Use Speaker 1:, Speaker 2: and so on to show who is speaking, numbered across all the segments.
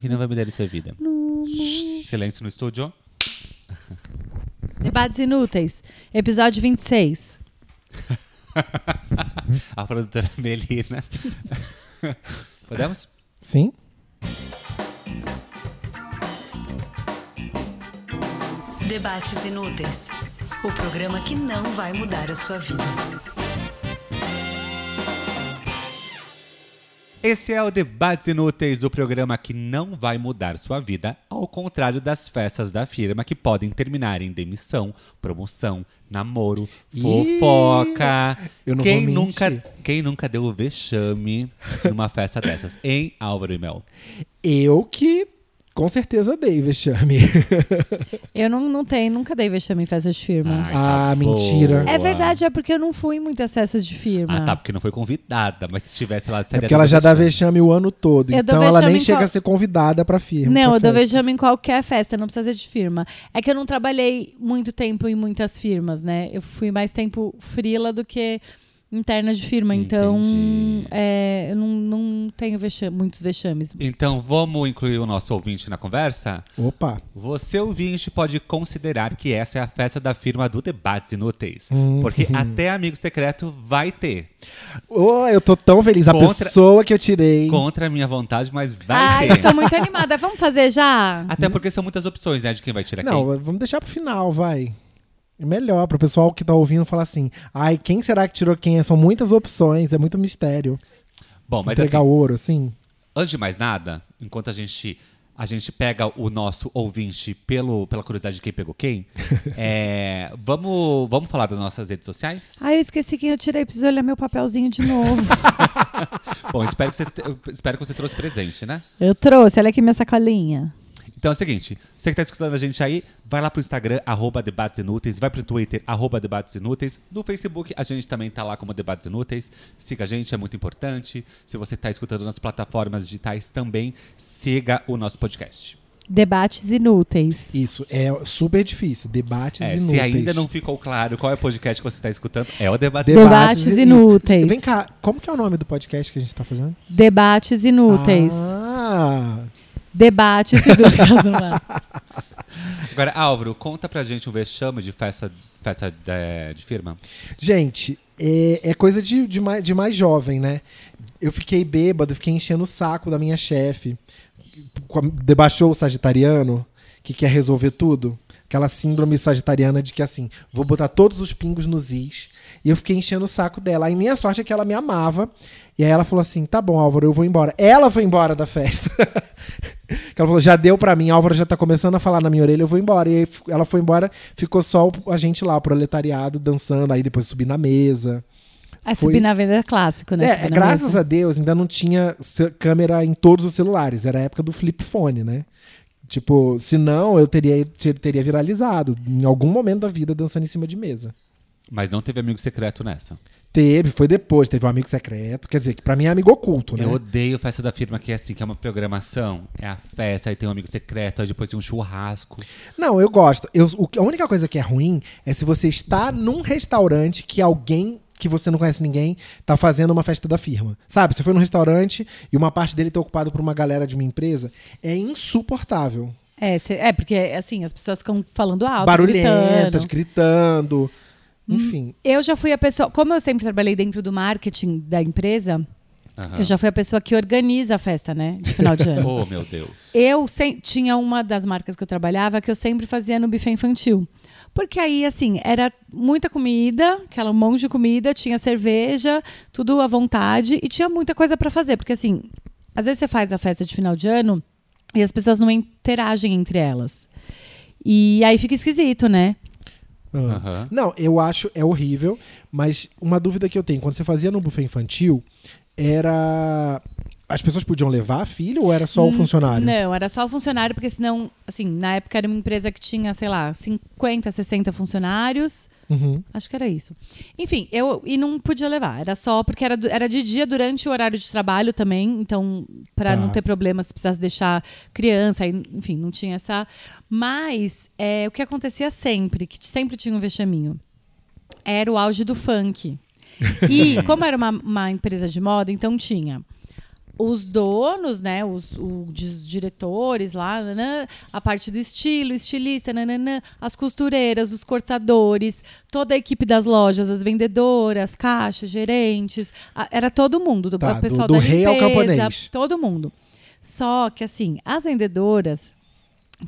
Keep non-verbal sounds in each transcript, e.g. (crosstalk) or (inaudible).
Speaker 1: que não vai mudar a sua vida.
Speaker 2: Silêncio no estúdio.
Speaker 3: Debates Inúteis, episódio 26.
Speaker 2: A produtora (laughs)
Speaker 4: (laughs)
Speaker 2: Melina. Podemos?
Speaker 4: Sim?
Speaker 5: Debates Inúteis. O programa que não vai mudar a sua vida.
Speaker 2: Esse é o Debates Inúteis, o programa que não vai mudar sua vida, ao contrário das festas da firma que podem terminar em demissão, promoção, namoro,
Speaker 4: Ih,
Speaker 2: fofoca.
Speaker 4: eu não
Speaker 2: quem
Speaker 4: vou
Speaker 2: nunca,
Speaker 4: mentir.
Speaker 2: Quem nunca deu o vexame numa festa dessas, hein, Álvaro e Mel?
Speaker 4: Eu que com certeza dei vexame.
Speaker 3: Eu não, não tenho, nunca dei vexame em festas de firma.
Speaker 4: Ai,
Speaker 2: tá
Speaker 4: Ah, mentira.
Speaker 3: é verdade, é porque eu não fui em muitas festas de firma.
Speaker 2: Ah, tá, porque não foi convidada, mas se estivesse lá,
Speaker 4: (laughs) É
Speaker 2: seria
Speaker 4: porque ela já dá
Speaker 2: vexame.
Speaker 4: vexame o ano todo.
Speaker 3: Eu dou
Speaker 4: então ela
Speaker 3: vexame
Speaker 4: nem
Speaker 3: em
Speaker 4: chega
Speaker 3: qual-
Speaker 4: a ser convidada pra firma.
Speaker 3: Não,
Speaker 4: pra
Speaker 3: eu dou
Speaker 4: festa.
Speaker 3: vexame em qualquer festa, não precisa ser de firma. É que eu não trabalhei muito tempo em muitas firmas, né? Eu fui mais tempo frila do que interna de firma. Então,
Speaker 2: Entendi.
Speaker 3: é, eu não, não tenho vexa- muitos vexames.
Speaker 2: Então vamos incluir o nosso ouvinte na conversa?
Speaker 4: Opa.
Speaker 2: Você ouvinte pode considerar que essa é a festa da firma do Debates Inúteis. Porque até amigo secreto vai ter.
Speaker 4: Oh, eu tô tão feliz. A
Speaker 2: Contra-
Speaker 4: pessoa que eu tirei.
Speaker 2: Contra a minha vontade, mas vai
Speaker 3: Ai,
Speaker 2: ter.
Speaker 3: então- Ah, eu tô muito animada. Vamos fazer já?
Speaker 2: Até porque são muitas opções, né, de quem vai tirar
Speaker 4: Não,
Speaker 2: quem.
Speaker 4: vamos deixar pro final, vai. É melhor pro pessoal que tá ouvindo falar assim: ai, quem será que tirou quem? São muitas opções, é muito mistério.
Speaker 2: Bom, mas assim,
Speaker 4: Entregar ouro, assim.
Speaker 2: antes de mais nada, enquanto a gente a gente pega o nosso ouvinte pelo, pela curiosidade de quem pegou quem, é, vamos, vamos falar das nossas redes sociais?
Speaker 3: Ai, Ah, eu esqueci quem eu tirei. Preciso olhar meu papelzinho de novo.
Speaker 2: Bom, espero que, você, te- eu espero que você trouxe presente, né?
Speaker 3: (laughs) eu trouxe. Olha aqui minha sacolinha.
Speaker 2: Então é o seguinte, você que tá escutando a gente aí, vai lá pro Instagram, arroba Debates Inúteis, vai pro Twitter, arroba Debates Inúteis. No Facebook, a gente também tá lá como Debates Inúteis. Siga a gente, é muito importante. Se você tá escutando nas plataformas digitais também, siga o nosso podcast.
Speaker 3: Debates inúteis.
Speaker 4: Isso, é super difícil. Debates
Speaker 2: É,
Speaker 4: inúteis.
Speaker 2: se ainda não ficou claro qual é o podcast que você tá escutando, é o Debates
Speaker 3: Debates
Speaker 4: inúteis.
Speaker 3: inúteis.
Speaker 4: Vem cá, como que é o nome do podcast que a gente tá fazendo?
Speaker 3: Debates inúteis.
Speaker 4: Ah,
Speaker 3: Debates
Speaker 4: (laughs)
Speaker 3: inúteis.
Speaker 2: Agora, Álvaro, conta pra gente um vexame de festa, festa é, de, de firma.
Speaker 4: gente, é, é coisa de, de, mais, de mais jovem, né? Eu fiquei bêbado, fiquei enchendo o saco da minha chefe. Com a- Debaixou o sagitariano, que quer resolver tudo. Aquela síndrome sagitariana de que assim, vou botar todos os pingos nos is. E eu fiquei enchendo o saco dela. Aí minha sorte é que ela me amava. E aí ela falou assim: tá bom, Álvaro, eu vou embora. Ela foi embora da festa. (laughs) Que ela falou, já deu pra mim, Álvaro já tá começando a falar na minha orelha, eu vou embora. E aí f- ela foi embora, ficou só o- a gente lá, o proletariado, dançando, aí depois subir na mesa.
Speaker 3: A
Speaker 4: Foi-
Speaker 3: subir na venda é clássico, né?
Speaker 4: É,
Speaker 3: Subir na
Speaker 4: graças
Speaker 3: mesa.
Speaker 4: a Deus, ainda não tinha ce- câmera em todos os celulares, era a época do flip phone, né? Tipo, se não, eu teria, ter- teria viralizado em algum momento da vida dançando em cima de mesa.
Speaker 2: Mas não teve amigo secreto nessa.
Speaker 4: Teve, foi depois, teve um amigo secreto, quer dizer, que pra mim é amigo oculto, né?
Speaker 2: Eu odeio festa da firma que é assim, que é uma programação. É a festa, aí tem um amigo secreto, aí depois tem um churrasco.
Speaker 4: Não, eu gosto. Eu, o- a única coisa que é ruim é se você está num restaurante que alguém que você não conhece ninguém tá fazendo uma festa da firma. Sabe? Você foi num restaurante e uma parte dele tá ocupada por uma galera de uma empresa. É insuportável.
Speaker 3: É, cê- é, porque, assim, as pessoas ficam falando alto, gritando.
Speaker 4: Barulhentas, gritando. Enfim.
Speaker 3: Eu já fui a pessoa... Como eu sempre trabalhei dentro do marketing da empresa,
Speaker 4: Ah.
Speaker 3: eu já fui a pessoa que organiza a festa, né? De final
Speaker 4: (laughs)
Speaker 3: de ano.
Speaker 2: Oh, meu Deus.
Speaker 3: Eu sem- tinha uma das marcas que eu trabalhava que eu sempre fazia no buffet infantil. Porque aí, assim, era muita comida, aquela um monte de comida, tinha cerveja, tudo à vontade e tinha muita coisa pra fazer. Porque, assim, às vezes você faz a festa de final de ano e as pessoas não interagem entre elas. E aí fica esquisito, né?
Speaker 4: Ah.
Speaker 2: Aham.
Speaker 4: Não, eu acho é horrível, mas uma dúvida que eu tenho, quando você fazia no buffet infantil, era as pessoas podiam levar filho ou era só o funcionário?
Speaker 3: Não, era só o funcionário, porque senão, assim, na época era uma empresa que tinha, sei lá, 50, 60 funcionários.
Speaker 4: Uhum.
Speaker 3: Acho que era isso. Enfim, eu e não podia levar. Era só porque era, du- era de dia durante o horário de trabalho também. Então, para
Speaker 4: Tá.
Speaker 3: não ter problema se precisasse deixar criança, aí, enfim, não tinha essa. Mas é, o que acontecia sempre, que sempre tinha um vexaminho, era o
Speaker 4: (laughs)
Speaker 3: auge do funk. E como era uma, uma empresa de moda, então tinha os donos, né, os, o- os diretores lá, nanã, a parte do estilo, estilista, nananã, as costureiras, os cortadores, toda a equipe das lojas, as vendedoras, caixas, gerentes, a- era todo mundo, do
Speaker 4: Tá,
Speaker 3: a
Speaker 4: do-
Speaker 3: pessoal
Speaker 4: do
Speaker 3: da
Speaker 4: rei ao
Speaker 3: limpeza,
Speaker 4: camponês.
Speaker 3: todo mundo. Só que assim, as vendedoras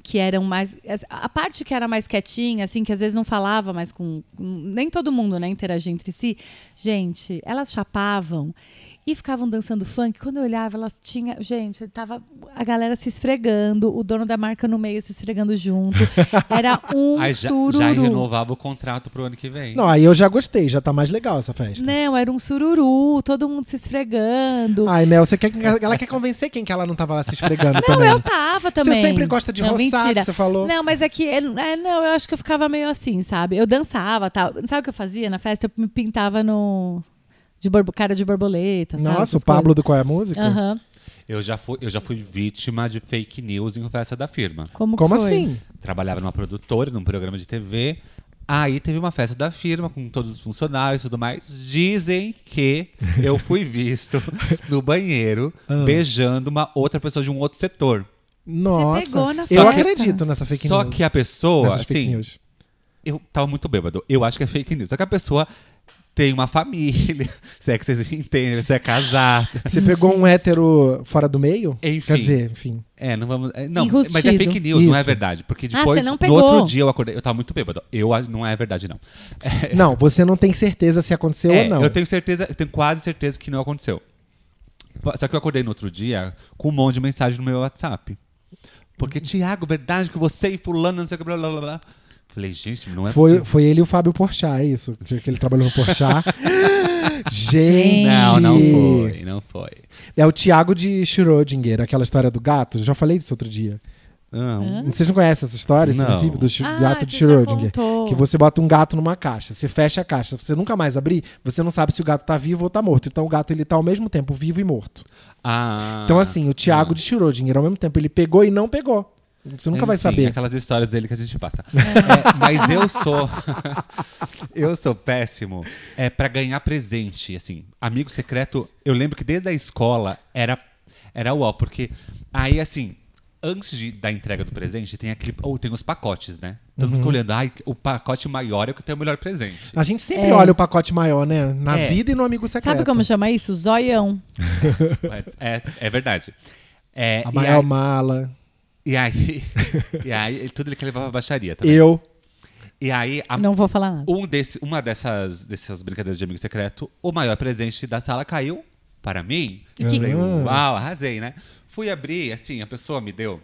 Speaker 3: que eram mais a parte que era mais quietinha, assim, que às vezes não falava mais com, com- nem todo mundo, né, interagia entre si. Gente, elas chapavam e ficavam dançando funk. Quando eu olhava, elas tinha, gente, tava a galera se esfregando, o dono da marca no meio se esfregando
Speaker 4: (laughs)
Speaker 3: junto. Era um
Speaker 2: Aí já,
Speaker 3: sururu.
Speaker 4: é
Speaker 2: já renovava o contrato pro ano que vem.
Speaker 4: Não, aí eu já gostei, já tá mais legal essa festa.
Speaker 3: Não, era um sururu, todo mundo se esfregando.
Speaker 4: Ai, Mel, você quer, ela quer convencer quem que ela não tava lá se esfregando
Speaker 3: Não,
Speaker 4: também.
Speaker 3: eu tava também.
Speaker 4: é. Você sempre gosta de
Speaker 3: não,
Speaker 4: roçar,
Speaker 3: mentira.
Speaker 4: que você falou.
Speaker 3: Não, mas é que. É, é, não, eu acho que eu ficava meio assim, sabe? Eu dançava tal. Sabe o que eu fazia na festa? Eu me pintava no. De borbo- cara de borboleta, sabe?
Speaker 4: Nossa,
Speaker 3: Essas
Speaker 4: o Pablo do Qual é a Música?
Speaker 3: coisas. Aham.
Speaker 2: Eu, já fui, eu já fui vítima de fake news em festa da firma.
Speaker 3: Como,
Speaker 4: Como
Speaker 3: foi?
Speaker 4: assim?
Speaker 2: trabalhava numa produtora, num programa de TV. Aí teve uma festa da firma com todos os funcionários e tudo mais. Dizem que
Speaker 4: (laughs)
Speaker 2: eu fui visto no banheiro
Speaker 4: Ah.
Speaker 2: beijando uma outra pessoa de um outro setor.
Speaker 4: Nossa.
Speaker 3: pegou na
Speaker 4: eu
Speaker 3: festa.
Speaker 4: acredito nessa fake
Speaker 2: Só
Speaker 4: news.
Speaker 2: que a pessoa,
Speaker 4: Nessas fake
Speaker 2: assim,
Speaker 4: news.
Speaker 2: eu tava muito bêbado. Eu acho que é fake news. Só que a pessoa tem uma família, (laughs) se é que vocês entendem, se é casada.
Speaker 4: Você pegou um hétero fora do meio?
Speaker 2: Enfim.
Speaker 4: Quer dizer, enfim.
Speaker 2: É, não vamos. é, Não,
Speaker 3: Enrustido.
Speaker 2: mas é fake news, não é
Speaker 4: Isso.
Speaker 2: verdade. Porque
Speaker 3: Ah,
Speaker 2: depois,
Speaker 3: você não
Speaker 2: no outro
Speaker 3: pegou.
Speaker 2: dia eu acordei. Eu tava muito bêbado. Eu acho- não é verdade, não.
Speaker 4: Não, você não tem certeza se aconteceu
Speaker 2: É,
Speaker 4: ou não.
Speaker 2: Eu tenho certeza, eu tenho quase certeza que não aconteceu. Pa- Só que eu acordei no outro dia com um monte de mensagem no meu WhatsApp. Porque, Tiago, verdade que você e fulano, não sei o que, blá, blá, blá, blá. Falei, gente, não é
Speaker 4: Foi,
Speaker 2: possível.
Speaker 4: foi ele e o Fábio Porchat, é isso? Que ele trabalhou
Speaker 3: (laughs)
Speaker 4: no Porchat. Gente!
Speaker 2: Não, não foi, não foi.
Speaker 4: É o Thiago de Schrödinger, aquela história do gato. Eu já falei disso outro dia.
Speaker 2: Não.
Speaker 4: Vocês não conhecem essa história, esse
Speaker 2: Não.
Speaker 4: princípio do Sch-
Speaker 3: Ah,
Speaker 4: gato de
Speaker 3: você já
Speaker 4: Schrödinger?
Speaker 3: contou.
Speaker 4: Que você bota um gato numa caixa, você fecha a caixa, você nunca mais abrir, você não sabe se o gato tá vivo ou tá morto. Então o gato ele tá ao mesmo tempo vivo e morto.
Speaker 2: Ah,
Speaker 4: Então assim, o Thiago
Speaker 2: ah.
Speaker 4: de Schrödinger ao mesmo tempo ele pegou e não pegou. Você nunca vai
Speaker 2: Enfim,
Speaker 4: saber.
Speaker 2: Aquelas histórias dele que a gente passa. É, mas eu sou. (laughs) eu sou péssimo é, para ganhar presente. Assim, amigo secreto, eu lembro que desde a escola era, era uau, porque aí assim. Antes de, da entrega do presente, tem aquele. Ou tem os pacotes, né? Todo mundo fica
Speaker 4: Uhum.
Speaker 2: olhando. Ai, o pacote maior é o que tem o melhor presente.
Speaker 4: A gente sempre
Speaker 3: É.
Speaker 4: olha o pacote maior, né? Na
Speaker 2: É.
Speaker 4: vida e no amigo secreto.
Speaker 3: Sabe como chama isso? Zoião.
Speaker 2: Mas é, é verdade. É,
Speaker 4: A
Speaker 2: e,
Speaker 4: maior mala.
Speaker 2: aí, e aí. (laughs) E aí, tudo ele que levava pra baixaria também.
Speaker 4: Eu.
Speaker 2: E aí, a
Speaker 3: Não vou falar nada.
Speaker 2: Um desse, uma dessas, dessas brincadeiras de amigo secreto, o maior presente da sala caiu para mim.
Speaker 3: E que-
Speaker 2: Falei,
Speaker 4: Hum.
Speaker 2: uau, arrasei, né? Fui abrir, assim, a pessoa me deu.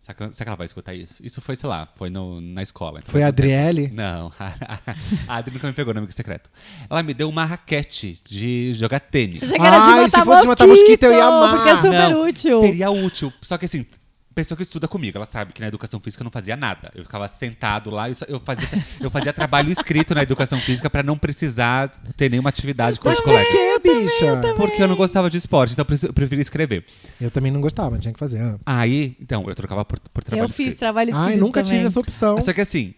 Speaker 2: Será que, será que ela vai escutar isso? Isso foi, sei lá, foi no- na escola. então
Speaker 4: Foi a
Speaker 2: faz um tempo.
Speaker 4: Adriele?
Speaker 2: Não, (laughs) a Adri nunca me pegou no amigo secreto. Ela me deu uma raquete de jogar tênis.
Speaker 3: Achei que era de
Speaker 4: Ai,
Speaker 3: matar
Speaker 4: se fosse de matar mosquito, eu ia amar.
Speaker 3: Porque é super
Speaker 2: Não,
Speaker 3: útil.
Speaker 2: Seria útil. Só que assim, pessoa que estuda comigo, ela sabe que na educação física eu não fazia nada. Eu ficava sentado lá, eu, só- eu fazia, eu fazia trabalho escrito na educação física pra não precisar ter nenhuma atividade com os
Speaker 4: Por
Speaker 2: colegas.
Speaker 4: que, bicha?
Speaker 2: Porque eu não gostava de esporte, então eu preci- eu preferia escrever.
Speaker 4: Eu também não gostava, tinha que fazer. ah.
Speaker 2: Aí, então, eu trocava por, por trabalho
Speaker 3: Eu fiz
Speaker 2: escrito.
Speaker 3: trabalho escrito.
Speaker 4: Ai, nunca
Speaker 3: também.
Speaker 4: tive essa opção.
Speaker 2: Só que assim,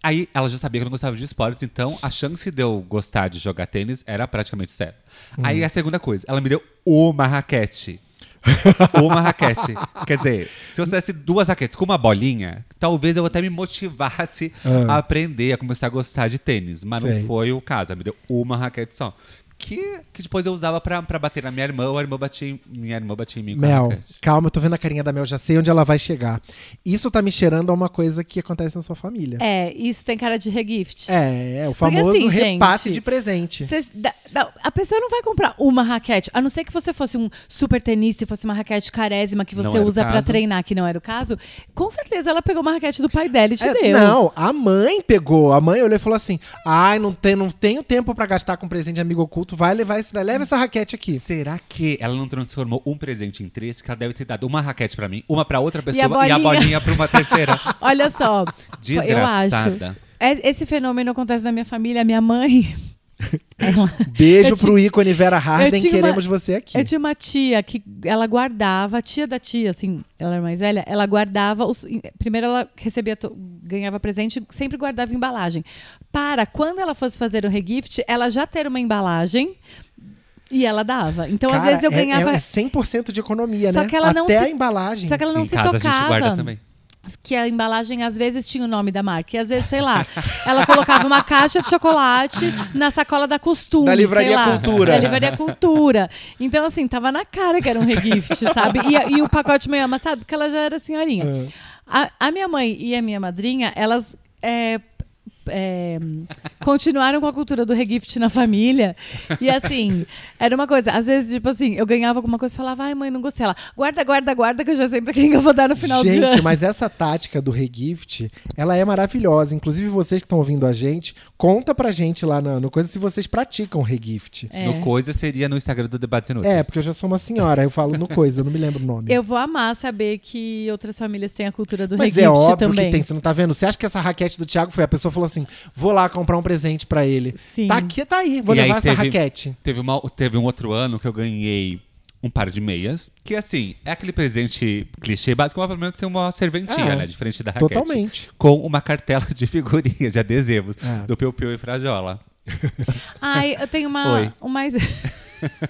Speaker 2: aí ela já sabia que eu não gostava de esportes, então a chance de eu gostar de jogar tênis era praticamente zero. Aí
Speaker 4: Hum.
Speaker 2: a segunda coisa, ela me deu uma
Speaker 4: (laughs)
Speaker 2: raquete. uma raquete. Quer dizer, se eu tivesse duas raquetes com uma bolinha, talvez eu até me motivasse
Speaker 4: Ah.
Speaker 2: a aprender, a começar a gostar de tênis. Mas
Speaker 4: Sei.
Speaker 2: não foi o caso. Ela me deu uma raquete só. Que, que depois eu usava pra, pra bater na minha irmã, ou a irmã batia em, minha irmã batia em mim com a
Speaker 4: Mel,
Speaker 2: raquete.
Speaker 4: calma, eu tô vendo a carinha da Mel, já sei onde ela vai chegar. Isso tá me cheirando a uma coisa que acontece na sua família.
Speaker 3: É, isso tem cara de regift.
Speaker 4: É, é o famoso
Speaker 3: assim,
Speaker 4: repasse
Speaker 3: gente,
Speaker 4: de presente.
Speaker 3: Cês- da- da- a pessoa não vai comprar uma raquete, a não ser que você fosse um super tenista e fosse uma raquete carésima que
Speaker 2: Não
Speaker 3: você
Speaker 2: era o
Speaker 3: usa pra
Speaker 2: caso.
Speaker 3: treinar, que não era o caso. Com certeza ela pegou uma raquete do pai dela e te
Speaker 4: É,
Speaker 3: deu.
Speaker 4: não, a mãe pegou. A mãe olhou e falou assim: Ai, não, tem, não tenho tempo pra gastar com presente de amigo oculto. Vai levar esse daí, leva essa raquete aqui.
Speaker 2: Será que ela não transformou um presente em três? Que ela deve ter dado uma raquete pra mim, uma pra outra pessoa e a
Speaker 3: bolinha?
Speaker 2: bolinha pra uma
Speaker 3: (laughs)
Speaker 2: terceira.
Speaker 3: Olha só, eu acho.
Speaker 2: Desgraçada.
Speaker 3: É- Esse fenômeno acontece na minha família, a minha mãe. Ela,
Speaker 4: Beijo
Speaker 3: Eu ti-
Speaker 4: pro ícone Vera Harden,
Speaker 3: tinha uma-
Speaker 4: queremos você aqui.
Speaker 3: Eu tinha É uma tia que ela guardava, a tia da tia, assim, ela era mais velha, ela guardava os. Primeiro ela recebia, to- ganhava presente e sempre guardava embalagem. Para quando ela fosse fazer o regift, ela já ter uma embalagem E ela dava. Então, às
Speaker 4: Cara,
Speaker 3: vezes eu
Speaker 4: é- é-
Speaker 3: ganhava.
Speaker 4: É, 100% de economia,
Speaker 3: Só
Speaker 4: né?
Speaker 3: que ela
Speaker 4: Até
Speaker 3: não
Speaker 4: a
Speaker 3: se-
Speaker 4: embalagem.
Speaker 3: Só que ela não
Speaker 2: é em
Speaker 3: se
Speaker 2: casa a gente guarda
Speaker 3: tocava.
Speaker 2: também.
Speaker 3: que a embalagem às vezes tinha o nome da marca. E às vezes, sei lá, ela colocava uma caixa de chocolate na sacola da costura.
Speaker 4: Da Livraria
Speaker 3: sei lá,
Speaker 4: Cultura.
Speaker 3: Da Livraria Cultura. Então, assim, tava na cara que era um regift, sabe? E, e o pacote meio amassado, porque ela já era senhorinha.
Speaker 4: É.
Speaker 3: A, a minha mãe e a minha madrinha, elas. é, é, continuaram com a cultura do regift na família. E assim, era uma coisa. Às vezes, tipo assim, eu ganhava alguma coisa e falava, ai mãe, não gostei. Ela, guarda, guarda, guarda, que eu já sei pra quem que eu vou dar no final do ano.
Speaker 4: Gente, mas essa tática do regift, ela é maravilhosa. Inclusive, vocês que estão ouvindo a gente, conta pra gente lá na, no Coisa se vocês praticam regift.
Speaker 3: É.
Speaker 2: No coisa seria no Instagram do Debates Inúteis.
Speaker 4: É, porque eu já sou uma senhora, eu falo no Coisa, eu não me lembro o nome.
Speaker 3: Eu vou amar saber que outras famílias têm a cultura do
Speaker 4: Mas
Speaker 3: regift
Speaker 4: é óbvio
Speaker 3: também.
Speaker 4: que tem, você não tá vendo? Você acha que essa raquete do Thiago foi? A pessoa falou assim: vou lá comprar um presente pra ele.
Speaker 3: Sim.
Speaker 4: Tá aqui, tá aí. Vou
Speaker 2: E aí
Speaker 4: levar essa
Speaker 2: teve-
Speaker 4: raquete.
Speaker 2: Teve, uma, teve um outro ano que eu ganhei um par de meias. Que assim, é aquele presente clichê básico, mas pelo menos tem uma serventinha,
Speaker 3: É.
Speaker 4: Ah,
Speaker 2: né? Diferente da raquete.
Speaker 4: Totalmente.
Speaker 2: Com uma cartela de figurinhas, de adesivos,
Speaker 3: É.
Speaker 4: Ah.
Speaker 2: do Piu Piu e Frajola.
Speaker 3: Ai, eu tenho uma,
Speaker 2: Oi.
Speaker 3: uma... (laughs)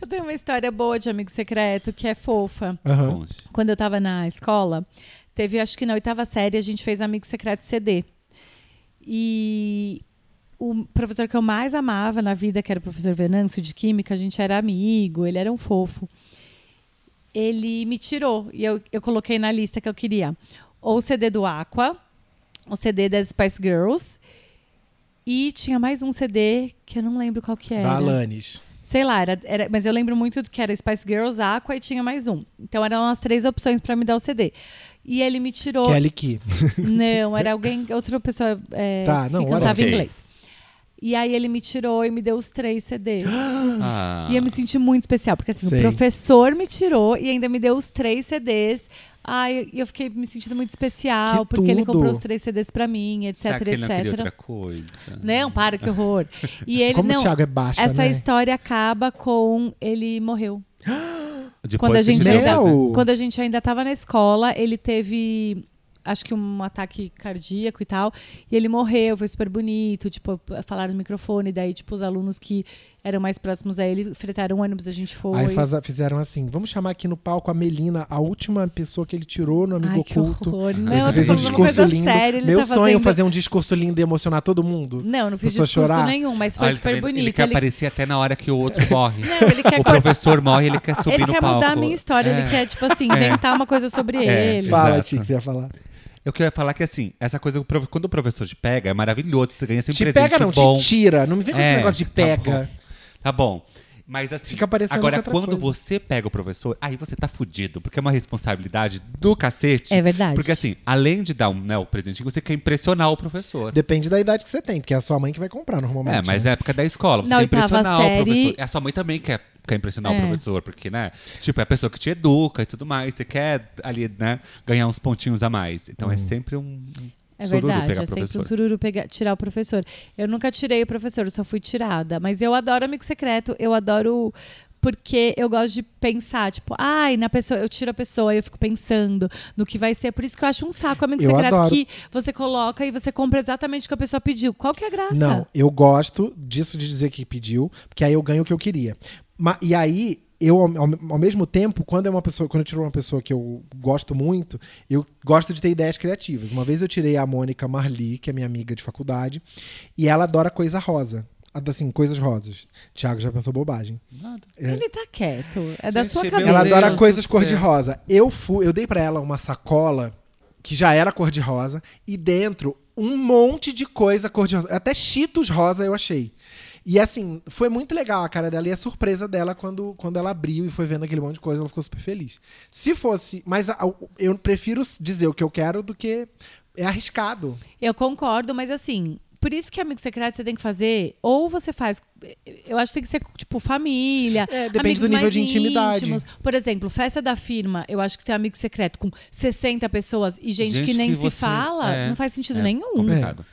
Speaker 3: eu tenho uma história boa de amigo secreto que é fofa.
Speaker 4: Aham.
Speaker 2: Conte.
Speaker 3: Quando eu tava na escola, teve, acho que na oitava série, a gente fez Amigo Secreto CD. E o professor que eu mais amava na vida, que era o professor Venâncio de Química, a gente era amigo, ele era um fofo. Ele me tirou e eu, eu coloquei na lista que eu queria ou o CD do Aqua, o CD das Spice Girls e tinha mais um CD que eu não lembro qual que era.
Speaker 4: Da Alanis.
Speaker 3: Sei lá, era, era- mas eu lembro muito do que era Spice Girls, Aqua e tinha mais um. Então eram as três opções pra me dar o CD. E ele me tirou.
Speaker 4: Kelly Key.
Speaker 3: (laughs) Não, era alguém, outra pessoa é,
Speaker 4: Tá, não,
Speaker 3: que
Speaker 4: era
Speaker 3: cantava
Speaker 2: ok.
Speaker 3: inglês. E aí ele me tirou e me deu os três CDs.
Speaker 2: Ah.
Speaker 3: E eu me senti muito especial, porque assim,
Speaker 4: Sei.
Speaker 3: o professor me tirou e ainda me deu os três CDs. Ai, e eu fiquei me sentindo muito especial,
Speaker 4: Que
Speaker 3: porque ele
Speaker 4: tudo.
Speaker 3: comprou os três CDs pra mim, etc,
Speaker 2: Será que ele não queria
Speaker 3: etc.
Speaker 2: outra coisa?
Speaker 3: Não, para, que horror. E
Speaker 4: (laughs)
Speaker 3: ele
Speaker 4: Como
Speaker 3: não.
Speaker 4: o Thiago é baixo,
Speaker 3: essa
Speaker 4: né?
Speaker 3: história acaba com ele morreu.
Speaker 2: Depois
Speaker 3: Quando a
Speaker 2: que
Speaker 3: gente
Speaker 2: tirou
Speaker 4: ainda-
Speaker 2: o presente.
Speaker 4: Meu!
Speaker 3: Quando a gente ainda estava na escola, ele teve, acho que um ataque cardíaco e tal. E ele morreu, foi super bonito. Tipo, falaram no microfone. Daí, tipo, os alunos que eram mais próximos a ele fretaram o ônibus, a gente foi.
Speaker 4: Aí faz- fizeram assim: vamos chamar aqui no palco a Melina, a última pessoa que ele tirou no um Amigo
Speaker 3: Ai, que
Speaker 4: Oculto.
Speaker 3: horror. Não,
Speaker 4: Aí
Speaker 3: eu
Speaker 4: você
Speaker 3: tô
Speaker 4: fez um
Speaker 3: falando uma
Speaker 4: discurso
Speaker 3: coisa
Speaker 4: lindo.
Speaker 3: séria. Ele
Speaker 4: Meu
Speaker 3: tá
Speaker 4: sonho é
Speaker 3: fazendo...
Speaker 4: fazer um discurso lindo e emocionar todo mundo.
Speaker 3: Não, eu não fiz
Speaker 4: pessoa
Speaker 3: discurso
Speaker 4: chorar.
Speaker 3: nenhum, mas foi
Speaker 2: Olha, tá
Speaker 3: super
Speaker 2: vendo?
Speaker 3: bonito.
Speaker 2: Ele quer
Speaker 3: Ele-
Speaker 2: aparecer até na hora que o outro morre.
Speaker 3: Não,
Speaker 2: (laughs)
Speaker 3: ele (laughs) quer
Speaker 2: O professor morre, ele quer subir
Speaker 3: Ele
Speaker 2: no
Speaker 3: quer
Speaker 2: palco.
Speaker 3: mudar a minha história, ele quer, tipo assim, inventar uma coisa sobre
Speaker 2: É,
Speaker 3: ele.
Speaker 4: Fala,
Speaker 2: Exato.
Speaker 4: Ti, que você ia falar.
Speaker 2: Eu queria falar que assim, essa coisa, o prof- quando o professor te pega, é maravilhoso. Você ganha sempre
Speaker 4: Te
Speaker 2: presente
Speaker 4: pega, não,
Speaker 2: bom.
Speaker 4: te tira. Não me vem com esse
Speaker 2: É,
Speaker 4: negócio de
Speaker 2: tá bom.
Speaker 4: pega.
Speaker 2: Tá bom. Mas assim,
Speaker 4: Fica parecendo
Speaker 2: agora
Speaker 4: outra
Speaker 2: quando
Speaker 4: coisa.
Speaker 2: você pega o professor, aí você tá fudido, porque é uma responsabilidade do cacete.
Speaker 3: É verdade.
Speaker 2: Porque assim, além de dar um, né, o presentinho, você quer impressionar o professor.
Speaker 4: Depende da idade que você tem, porque é a sua mãe que vai comprar normalmente.
Speaker 2: É, mas
Speaker 4: né?
Speaker 2: é a época da escola, você
Speaker 3: Na
Speaker 2: quer
Speaker 3: oitava
Speaker 2: impressionar o
Speaker 3: série-
Speaker 2: professor. A sua mãe também quer, quer impressionar
Speaker 3: É.
Speaker 2: o professor, porque, né? Tipo, é a pessoa que te educa e tudo mais. Você quer ali, né, ganhar uns pontinhos a mais. Então
Speaker 4: Hum.
Speaker 2: é sempre um um
Speaker 3: É
Speaker 2: sururu
Speaker 3: verdade,
Speaker 2: pegar
Speaker 3: é sempre
Speaker 2: professor.
Speaker 3: um sururu pegar, tirar o professor. Eu nunca tirei o professor, eu só fui tirada. Mas eu adoro amigo secreto, eu adoro. Porque eu gosto de pensar, tipo, ai, na pessoa, eu tiro a pessoa e eu fico pensando no que vai ser. Por isso que eu acho um saco amigo
Speaker 4: Eu
Speaker 3: secreto
Speaker 4: adoro.
Speaker 3: que você coloca e você compra exatamente o que a pessoa pediu. Qual que é a graça?
Speaker 4: Não, eu gosto disso de dizer que pediu, porque aí eu ganho o que eu queria. Ma- e aí, eu, ao, ao- ao mesmo tempo, quando é uma pessoa, quando eu tiro uma pessoa que eu gosto muito, eu gosto de ter ideias criativas. Uma vez eu tirei a Mônica Marli, que é minha amiga de faculdade, e ela adora coisa rosa. Assim, coisas rosas. Thiago já pensou bobagem.
Speaker 3: Ele tá quieto. É da
Speaker 2: Gente,
Speaker 3: sua
Speaker 2: meu
Speaker 3: cabeça.
Speaker 4: é Ela
Speaker 2: Deus
Speaker 4: adora
Speaker 2: do
Speaker 4: coisas
Speaker 2: céu.
Speaker 4: cor-de-rosa. Eu fui, eu dei pra ela uma sacola que já era cor-de-rosa e dentro um monte de coisa cor-de-rosa, até Cheetos rosa eu achei. E assim, foi muito legal a cara dela e a surpresa dela quando, quando ela abriu e foi vendo aquele monte de coisa, ela ficou super feliz. Se fosse, mas a- a- eu prefiro dizer o que eu quero do que é arriscado.
Speaker 3: Eu concordo, mas assim, por isso que amigo secreto você tem que fazer, ou você faz. Eu acho que tem que ser, tipo, família.
Speaker 4: É, depende
Speaker 3: amigos
Speaker 4: do nível
Speaker 3: mais
Speaker 4: de intimidade.
Speaker 3: íntimos. Por exemplo, festa da firma, eu acho que tem amigo secreto com 60 pessoas e gente,
Speaker 2: Gente
Speaker 3: que nem
Speaker 2: que
Speaker 3: se
Speaker 2: você-
Speaker 3: fala,
Speaker 2: é,
Speaker 3: não faz sentido
Speaker 2: é
Speaker 4: Hum.
Speaker 3: nenhum.
Speaker 2: Complicado.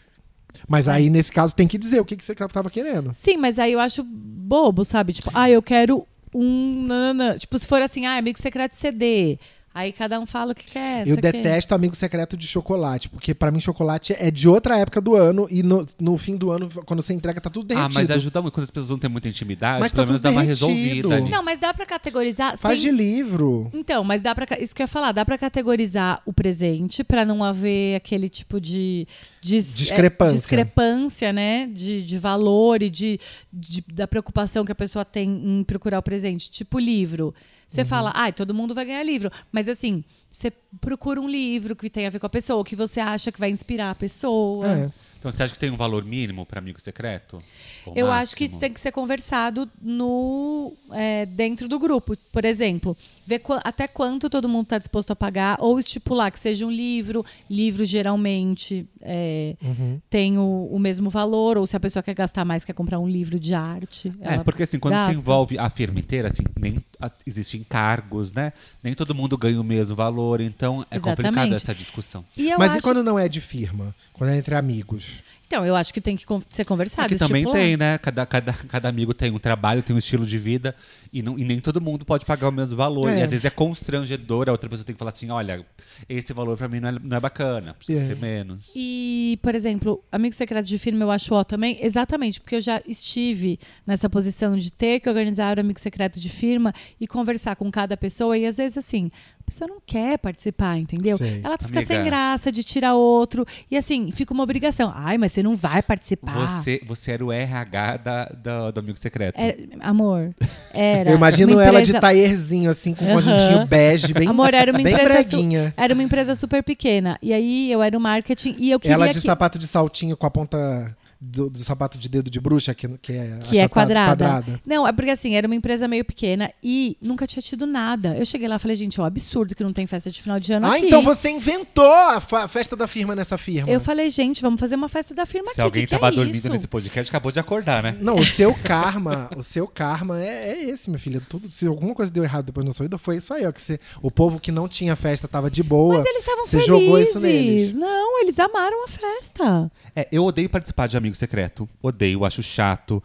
Speaker 4: Mas aí nesse caso tem que dizer o que que você tava querendo.
Speaker 3: Sim, mas aí eu acho bobo, sabe? Tipo, ah, eu quero um. nananã. Tipo, se for assim, ah, amigo secreto CD. Aí cada um fala o que quer.
Speaker 4: Eu
Speaker 3: não sei o quê.
Speaker 4: detesto amigo secreto de chocolate, porque pra mim chocolate é de outra época do ano e no, no fim do ano, quando você entrega, tá tudo
Speaker 2: Ah,
Speaker 4: derretido.
Speaker 2: mas ajuda muito. Quando as pessoas não têm muita intimidade,
Speaker 4: Mas tá
Speaker 2: pelo menos
Speaker 4: tudo
Speaker 2: dá uma
Speaker 4: derretido.
Speaker 2: resolvida ali.
Speaker 3: Não, mas dá pra categorizar.
Speaker 4: Faz
Speaker 3: sem-
Speaker 4: de livro.
Speaker 3: Então, mas dá para isso que eu ia falar, dá pra categorizar o presente pra não haver aquele tipo de dis-
Speaker 4: Discrepância.
Speaker 3: é, discrepância, né, de, de valor e de, de- da preocupação que a pessoa tem em procurar o presente, tipo livro. Você
Speaker 4: Uhum.
Speaker 3: fala, ai, todo mundo vai ganhar livro, mas assim, você procura um livro que tenha a ver com a pessoa, que você acha que vai inspirar a pessoa.
Speaker 4: É.
Speaker 2: Então você acha que tem um valor mínimo pra amigo secreto? Ou
Speaker 3: Eu acho que
Speaker 2: máximo?
Speaker 3: isso tem que ser conversado no, é, dentro do grupo, por exemplo. Ver qua- até quanto todo mundo está disposto a pagar, ou estipular que seja um livro. Livro geralmente é,
Speaker 2: Uhum.
Speaker 3: tem o, o mesmo valor, ou se a pessoa quer gastar mais, quer comprar um livro de arte.
Speaker 2: É,
Speaker 3: ela
Speaker 2: porque assim, quando
Speaker 3: gasta.
Speaker 2: se envolve a firma inteira, assim, nem a- existem cargos, né? Nem todo mundo ganha o mesmo valor, então é complicada
Speaker 3: Exatamente.
Speaker 2: essa discussão.
Speaker 3: E eu
Speaker 4: Mas e
Speaker 3: acho-
Speaker 4: quando não é de firma? Quando é entre amigos?
Speaker 3: Então, eu acho que tem que con- ser conversado. tipo,
Speaker 2: Porque É também
Speaker 3: estipular.
Speaker 2: tem, né? Cada, cada, cada amigo tem um trabalho, tem um estilo de vida, e, não, e nem todo mundo pode pagar o mesmo valor.
Speaker 4: É.
Speaker 2: E às vezes é constrangedor, a outra pessoa tem que falar assim: olha, esse valor pra mim não é, não é bacana, precisa
Speaker 4: É.
Speaker 2: ser menos.
Speaker 3: E, por exemplo, amigo secreto de firma eu acho ó também, exatamente, porque eu já estive nessa posição de ter que organizar o amigo secreto de firma e conversar com cada pessoa. E às vezes, assim, a pessoa não quer participar, entendeu?
Speaker 4: Sei.
Speaker 3: Ela fica
Speaker 2: Amiga.
Speaker 3: sem graça de tirar outro. E assim, fica uma obrigação. Ai, mas você não vai participar.
Speaker 2: Você, você era o RH da, da- do amigo secreto.
Speaker 3: É, amor, era.
Speaker 4: Eu imagino
Speaker 3: uma
Speaker 4: ela de
Speaker 3: empresa-
Speaker 4: taierzinho, assim, com
Speaker 3: Aham.
Speaker 4: um conjuntinho bege, bem,
Speaker 3: Amor, era uma
Speaker 4: bem
Speaker 3: empresa. su-
Speaker 4: breguinha.
Speaker 3: Era uma empresa super pequena. E aí eu era o marketing e eu queria
Speaker 4: Ela de
Speaker 3: que.
Speaker 4: sapato de saltinho com a ponta do, do sapato de dedo de bruxa, que, que é,
Speaker 3: Que é
Speaker 4: achatada-
Speaker 3: quadrada. Não, é porque assim, era uma empresa meio pequena e nunca tinha tido nada. Eu cheguei lá e falei, gente, é um absurdo que não tem festa de final de ano
Speaker 4: Ah,
Speaker 3: aqui.
Speaker 4: então você inventou a fa- festa da firma nessa firma.
Speaker 3: Eu falei, gente, vamos fazer uma festa da firma
Speaker 2: Se
Speaker 3: aqui.
Speaker 2: alguém
Speaker 3: que que
Speaker 2: tava
Speaker 3: é
Speaker 2: dormindo
Speaker 3: isso?
Speaker 2: nesse podcast, acabou de acordar, né?
Speaker 4: Não, o seu karma, o seu karma é, é esse, minha filha. Tudo, se alguma coisa deu errado depois na sua vida, foi isso aí, ó. Que você, o povo que não tinha festa tava de boa.
Speaker 3: Mas eles estavam
Speaker 4: Você
Speaker 3: felizes.
Speaker 4: jogou isso neles.
Speaker 3: Não, eles amaram a festa.
Speaker 2: É, eu odeio participar de amigo secreto. Odeio, acho chato,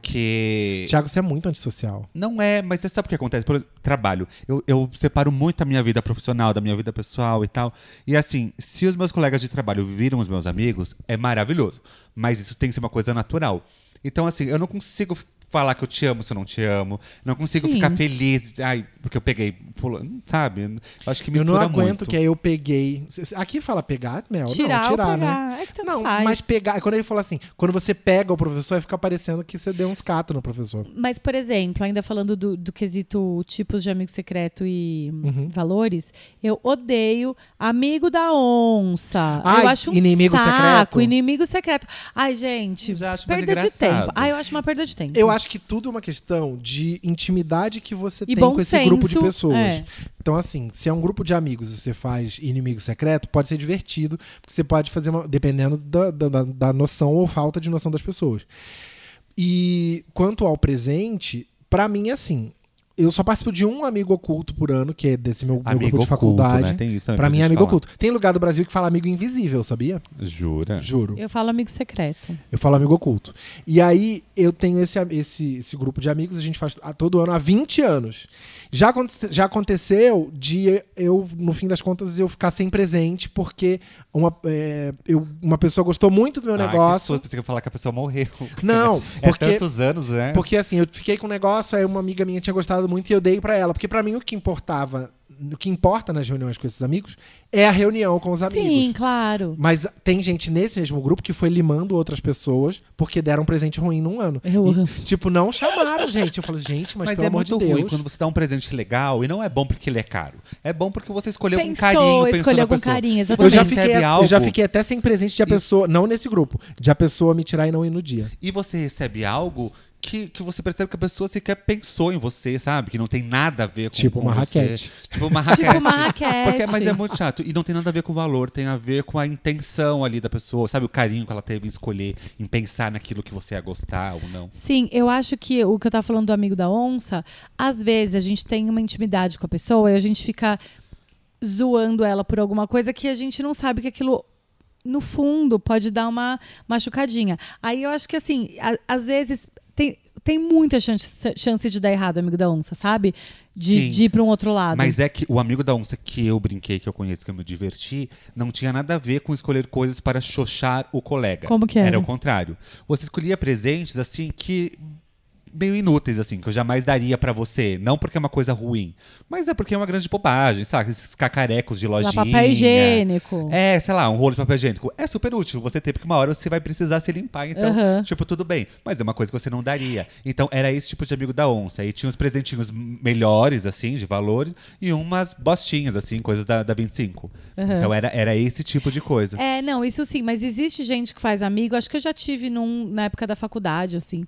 Speaker 2: porque.
Speaker 4: Tiago, você é muito antissocial.
Speaker 2: Não é, mas você sabe o que acontece? Por exemplo, trabalho. Eu, eu separo muito a minha vida profissional da minha vida pessoal e tal. E assim, se os meus colegas de trabalho viram os meus amigos, é maravilhoso. Mas isso tem que ser uma coisa natural. Então, assim, eu não consigo falar que eu te amo se eu não te amo. Não consigo
Speaker 3: Sim.
Speaker 2: ficar feliz. Ai, porque eu peguei. fulano, Sabe? Eu acho que
Speaker 4: Eu
Speaker 2: mistura
Speaker 4: não aguento
Speaker 2: muito.
Speaker 4: que aí eu peguei. Aqui fala pegar, Mel?
Speaker 3: tirar
Speaker 4: não, tirar,
Speaker 3: ou
Speaker 4: né?
Speaker 3: pegar. É que tanto
Speaker 4: Não,
Speaker 3: faz.
Speaker 4: mas pegar. Quando ele falou assim, quando você pega o professor, vai ficar parecendo que você deu uns catos no professor.
Speaker 3: Mas, por exemplo, ainda falando do, do quesito tipos de amigo secreto e
Speaker 4: Uhum.
Speaker 3: hum, valores, eu odeio amigo da onça.
Speaker 4: Ai,
Speaker 3: eu acho um
Speaker 4: inimigo
Speaker 3: saco,
Speaker 4: secreto.
Speaker 3: inimigo secreto. Ai, gente,
Speaker 2: Eu já acho mais
Speaker 3: perda de
Speaker 2: engraçado.
Speaker 3: tempo. Ai, eu acho uma perda de tempo.
Speaker 4: Eu acho que tudo é uma questão de intimidade que você
Speaker 3: Uhum. E
Speaker 4: tem
Speaker 3: bom
Speaker 4: com esse grupo de
Speaker 3: senso,
Speaker 4: pessoas.
Speaker 3: é.
Speaker 4: Então, assim, se é um grupo de amigos e você faz inimigo secreto, pode ser divertido, porque você pode fazer uma. dependendo da, da- da- da noção ou falta de noção das pessoas. E quanto ao presente, pra mim é assim. Eu só participo de um amigo oculto por ano, que é desse meu, meu
Speaker 2: Amigo
Speaker 4: grupo de
Speaker 2: oculto,
Speaker 4: faculdade.
Speaker 2: né? Tem isso também
Speaker 4: Pra mim é
Speaker 2: gente
Speaker 4: amigo
Speaker 2: falar.
Speaker 4: oculto. Tem lugar do Brasil que fala amigo invisível, sabia?
Speaker 2: Jura?
Speaker 4: Juro.
Speaker 3: Eu falo amigo secreto.
Speaker 4: Eu falo amigo oculto. E aí eu tenho esse, esse, esse grupo de amigos, a gente faz a- todo ano há 20 anos. Já, aconte- já aconteceu de eu, no fim das contas, eu ficar sem presente, porque uma, é, eu- uma pessoa gostou muito do meu
Speaker 2: Ai,
Speaker 4: negócio.
Speaker 2: pessoas pensam que eu falar que a pessoa morreu.
Speaker 4: Não,
Speaker 2: (laughs) É
Speaker 4: porque-
Speaker 2: tantos anos, né?
Speaker 4: Porque assim, eu fiquei com um negócio, aí uma amiga minha tinha gostado muito e eu dei pra ela. Porque pra mim o que importava, o que importa nas reuniões com esses amigos é a reunião com os amigos.
Speaker 3: Sim, claro.
Speaker 4: Mas tem gente nesse mesmo grupo que foi limando outras pessoas porque deram um presente ruim num ano.
Speaker 3: Eu
Speaker 4: E,
Speaker 3: amo.
Speaker 4: tipo, não chamaram, gente. Eu falo, gente, mas,
Speaker 2: Mas,
Speaker 4: pelo
Speaker 2: é
Speaker 4: amor
Speaker 2: muito
Speaker 4: de Deus.
Speaker 2: ruim quando você dá um presente legal e não é bom porque ele é caro. É bom porque você escolheu com
Speaker 3: Pensou,
Speaker 2: carinho, pensou
Speaker 3: escolheu
Speaker 2: na
Speaker 3: com
Speaker 2: pessoa.
Speaker 3: carinho,
Speaker 2: E
Speaker 4: eu,
Speaker 2: você
Speaker 3: exatamente.
Speaker 4: já
Speaker 2: recebe
Speaker 4: fiquei,
Speaker 2: algo,
Speaker 4: eu já fiquei até sem presente de a
Speaker 2: E-
Speaker 4: pessoa, não nesse grupo, de a pessoa me tirar e não ir no dia.
Speaker 2: E você recebe algo que, que você percebe que a pessoa sequer pensou em você, sabe? Que não tem nada a ver com
Speaker 4: Tipo
Speaker 2: com
Speaker 4: uma
Speaker 2: você.
Speaker 4: raquete.
Speaker 2: Tipo
Speaker 3: (laughs)
Speaker 2: uma raquete.
Speaker 3: Tipo uma raquete.
Speaker 2: Porque- mas é muito chato. E não tem nada a ver com o valor, tem a ver com a intenção ali da pessoa, sabe? O carinho que ela teve em escolher, em pensar naquilo que você ia gostar ou não.
Speaker 3: Sim, eu acho que o que eu tava falando do amigo da onça, às vezes a gente tem uma intimidade com a pessoa e a gente fica zoando ela por alguma coisa que a gente não sabe que aquilo no fundo pode dar uma machucadinha. Aí eu acho que assim, a- às vezes tem tem muita chance, chance de dar errado, amigo da onça, sabe? De,
Speaker 2: Sim.
Speaker 3: de ir pra um outro lado.
Speaker 2: Mas é que o amigo da onça que eu brinquei, que eu conheço, que eu me diverti, não tinha nada a ver com escolher coisas para xoxar o colega.
Speaker 3: Como que era?
Speaker 2: Era o contrário. Você escolhia presentes, assim, que. meio inúteis, assim, que eu jamais daria pra você. Não porque é uma coisa ruim, mas é porque é uma grande bobagem, sabe? Esses cacarecos de
Speaker 3: Lá,
Speaker 2: lojinha.
Speaker 3: papel higiênico.
Speaker 2: É, sei lá, um rolo de papel higiênico. É super útil você ter, porque uma hora você vai precisar se limpar, então,
Speaker 3: Aham.
Speaker 2: tipo, tudo bem. Mas é uma coisa que você não daria. Então, era esse tipo de amigo da onça. E tinha uns presentinhos m- melhores, assim, de valores, e umas bostinhas, assim, coisas da, da 25. Então, era, era esse tipo de coisa.
Speaker 3: É, não, isso sim, mas existe gente que faz amigo. Acho que eu já tive num- na época da faculdade, assim.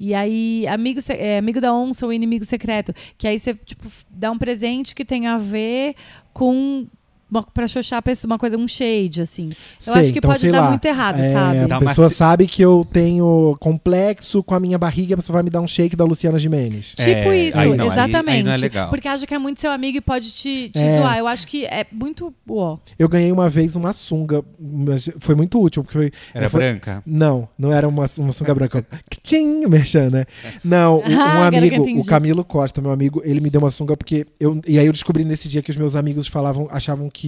Speaker 3: E aí, amigo, se- é, amigo da onça ou inimigo secreto. Que aí você, tipo, f- dá um presente que tem a ver com. uma- Pra xoxar a pessoa, uma coisa, um shade, assim. Eu
Speaker 4: Sei,
Speaker 3: acho que
Speaker 4: então,
Speaker 3: pode
Speaker 4: sei
Speaker 3: dar
Speaker 4: lá,
Speaker 3: muito errado,
Speaker 4: É,
Speaker 3: sabe?
Speaker 2: Dá um-
Speaker 4: A
Speaker 2: uma
Speaker 4: pessoa
Speaker 2: se-
Speaker 4: sabe que eu tenho complexo com a minha barriga, a pessoa vai me dar um shake da Luciana Gimenez.
Speaker 3: Tipo
Speaker 2: É,
Speaker 3: isso,
Speaker 2: aí não, aí-
Speaker 3: exatamente.
Speaker 2: aí não é legal.
Speaker 3: Porque acha que é muito seu amigo e pode te, te
Speaker 4: É.
Speaker 3: zoar. Eu acho que é muito. Uó.
Speaker 4: Eu ganhei uma vez uma sunga, mas foi muito útil, porque foi.
Speaker 2: Era
Speaker 4: foi-
Speaker 2: branca?
Speaker 4: Não, não era uma, uma sunga branca. Tchim, merchan, né? Não, um, um
Speaker 3: Ah, agora que eu
Speaker 4: amigo,
Speaker 3: entendi.
Speaker 4: o Camilo Costa, meu amigo, ele me deu uma sunga porque. Eu, e aí eu descobri nesse dia que os meus amigos falavam, achavam que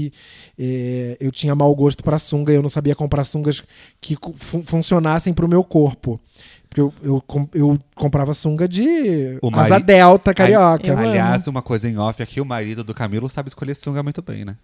Speaker 4: eh, eu tinha mau gosto pra sunga e eu não sabia comprar sungas que cu- fun- funcionassem pro meu corpo. Porque eu, eu, com- eu comprava sunga de
Speaker 2: O
Speaker 4: asa
Speaker 2: mari-
Speaker 4: delta carioca.
Speaker 3: Eu
Speaker 2: Aliás, uma coisa em off aqui, o marido do Camilo sabe escolher sunga muito bem,
Speaker 3: (laughs)
Speaker 2: né?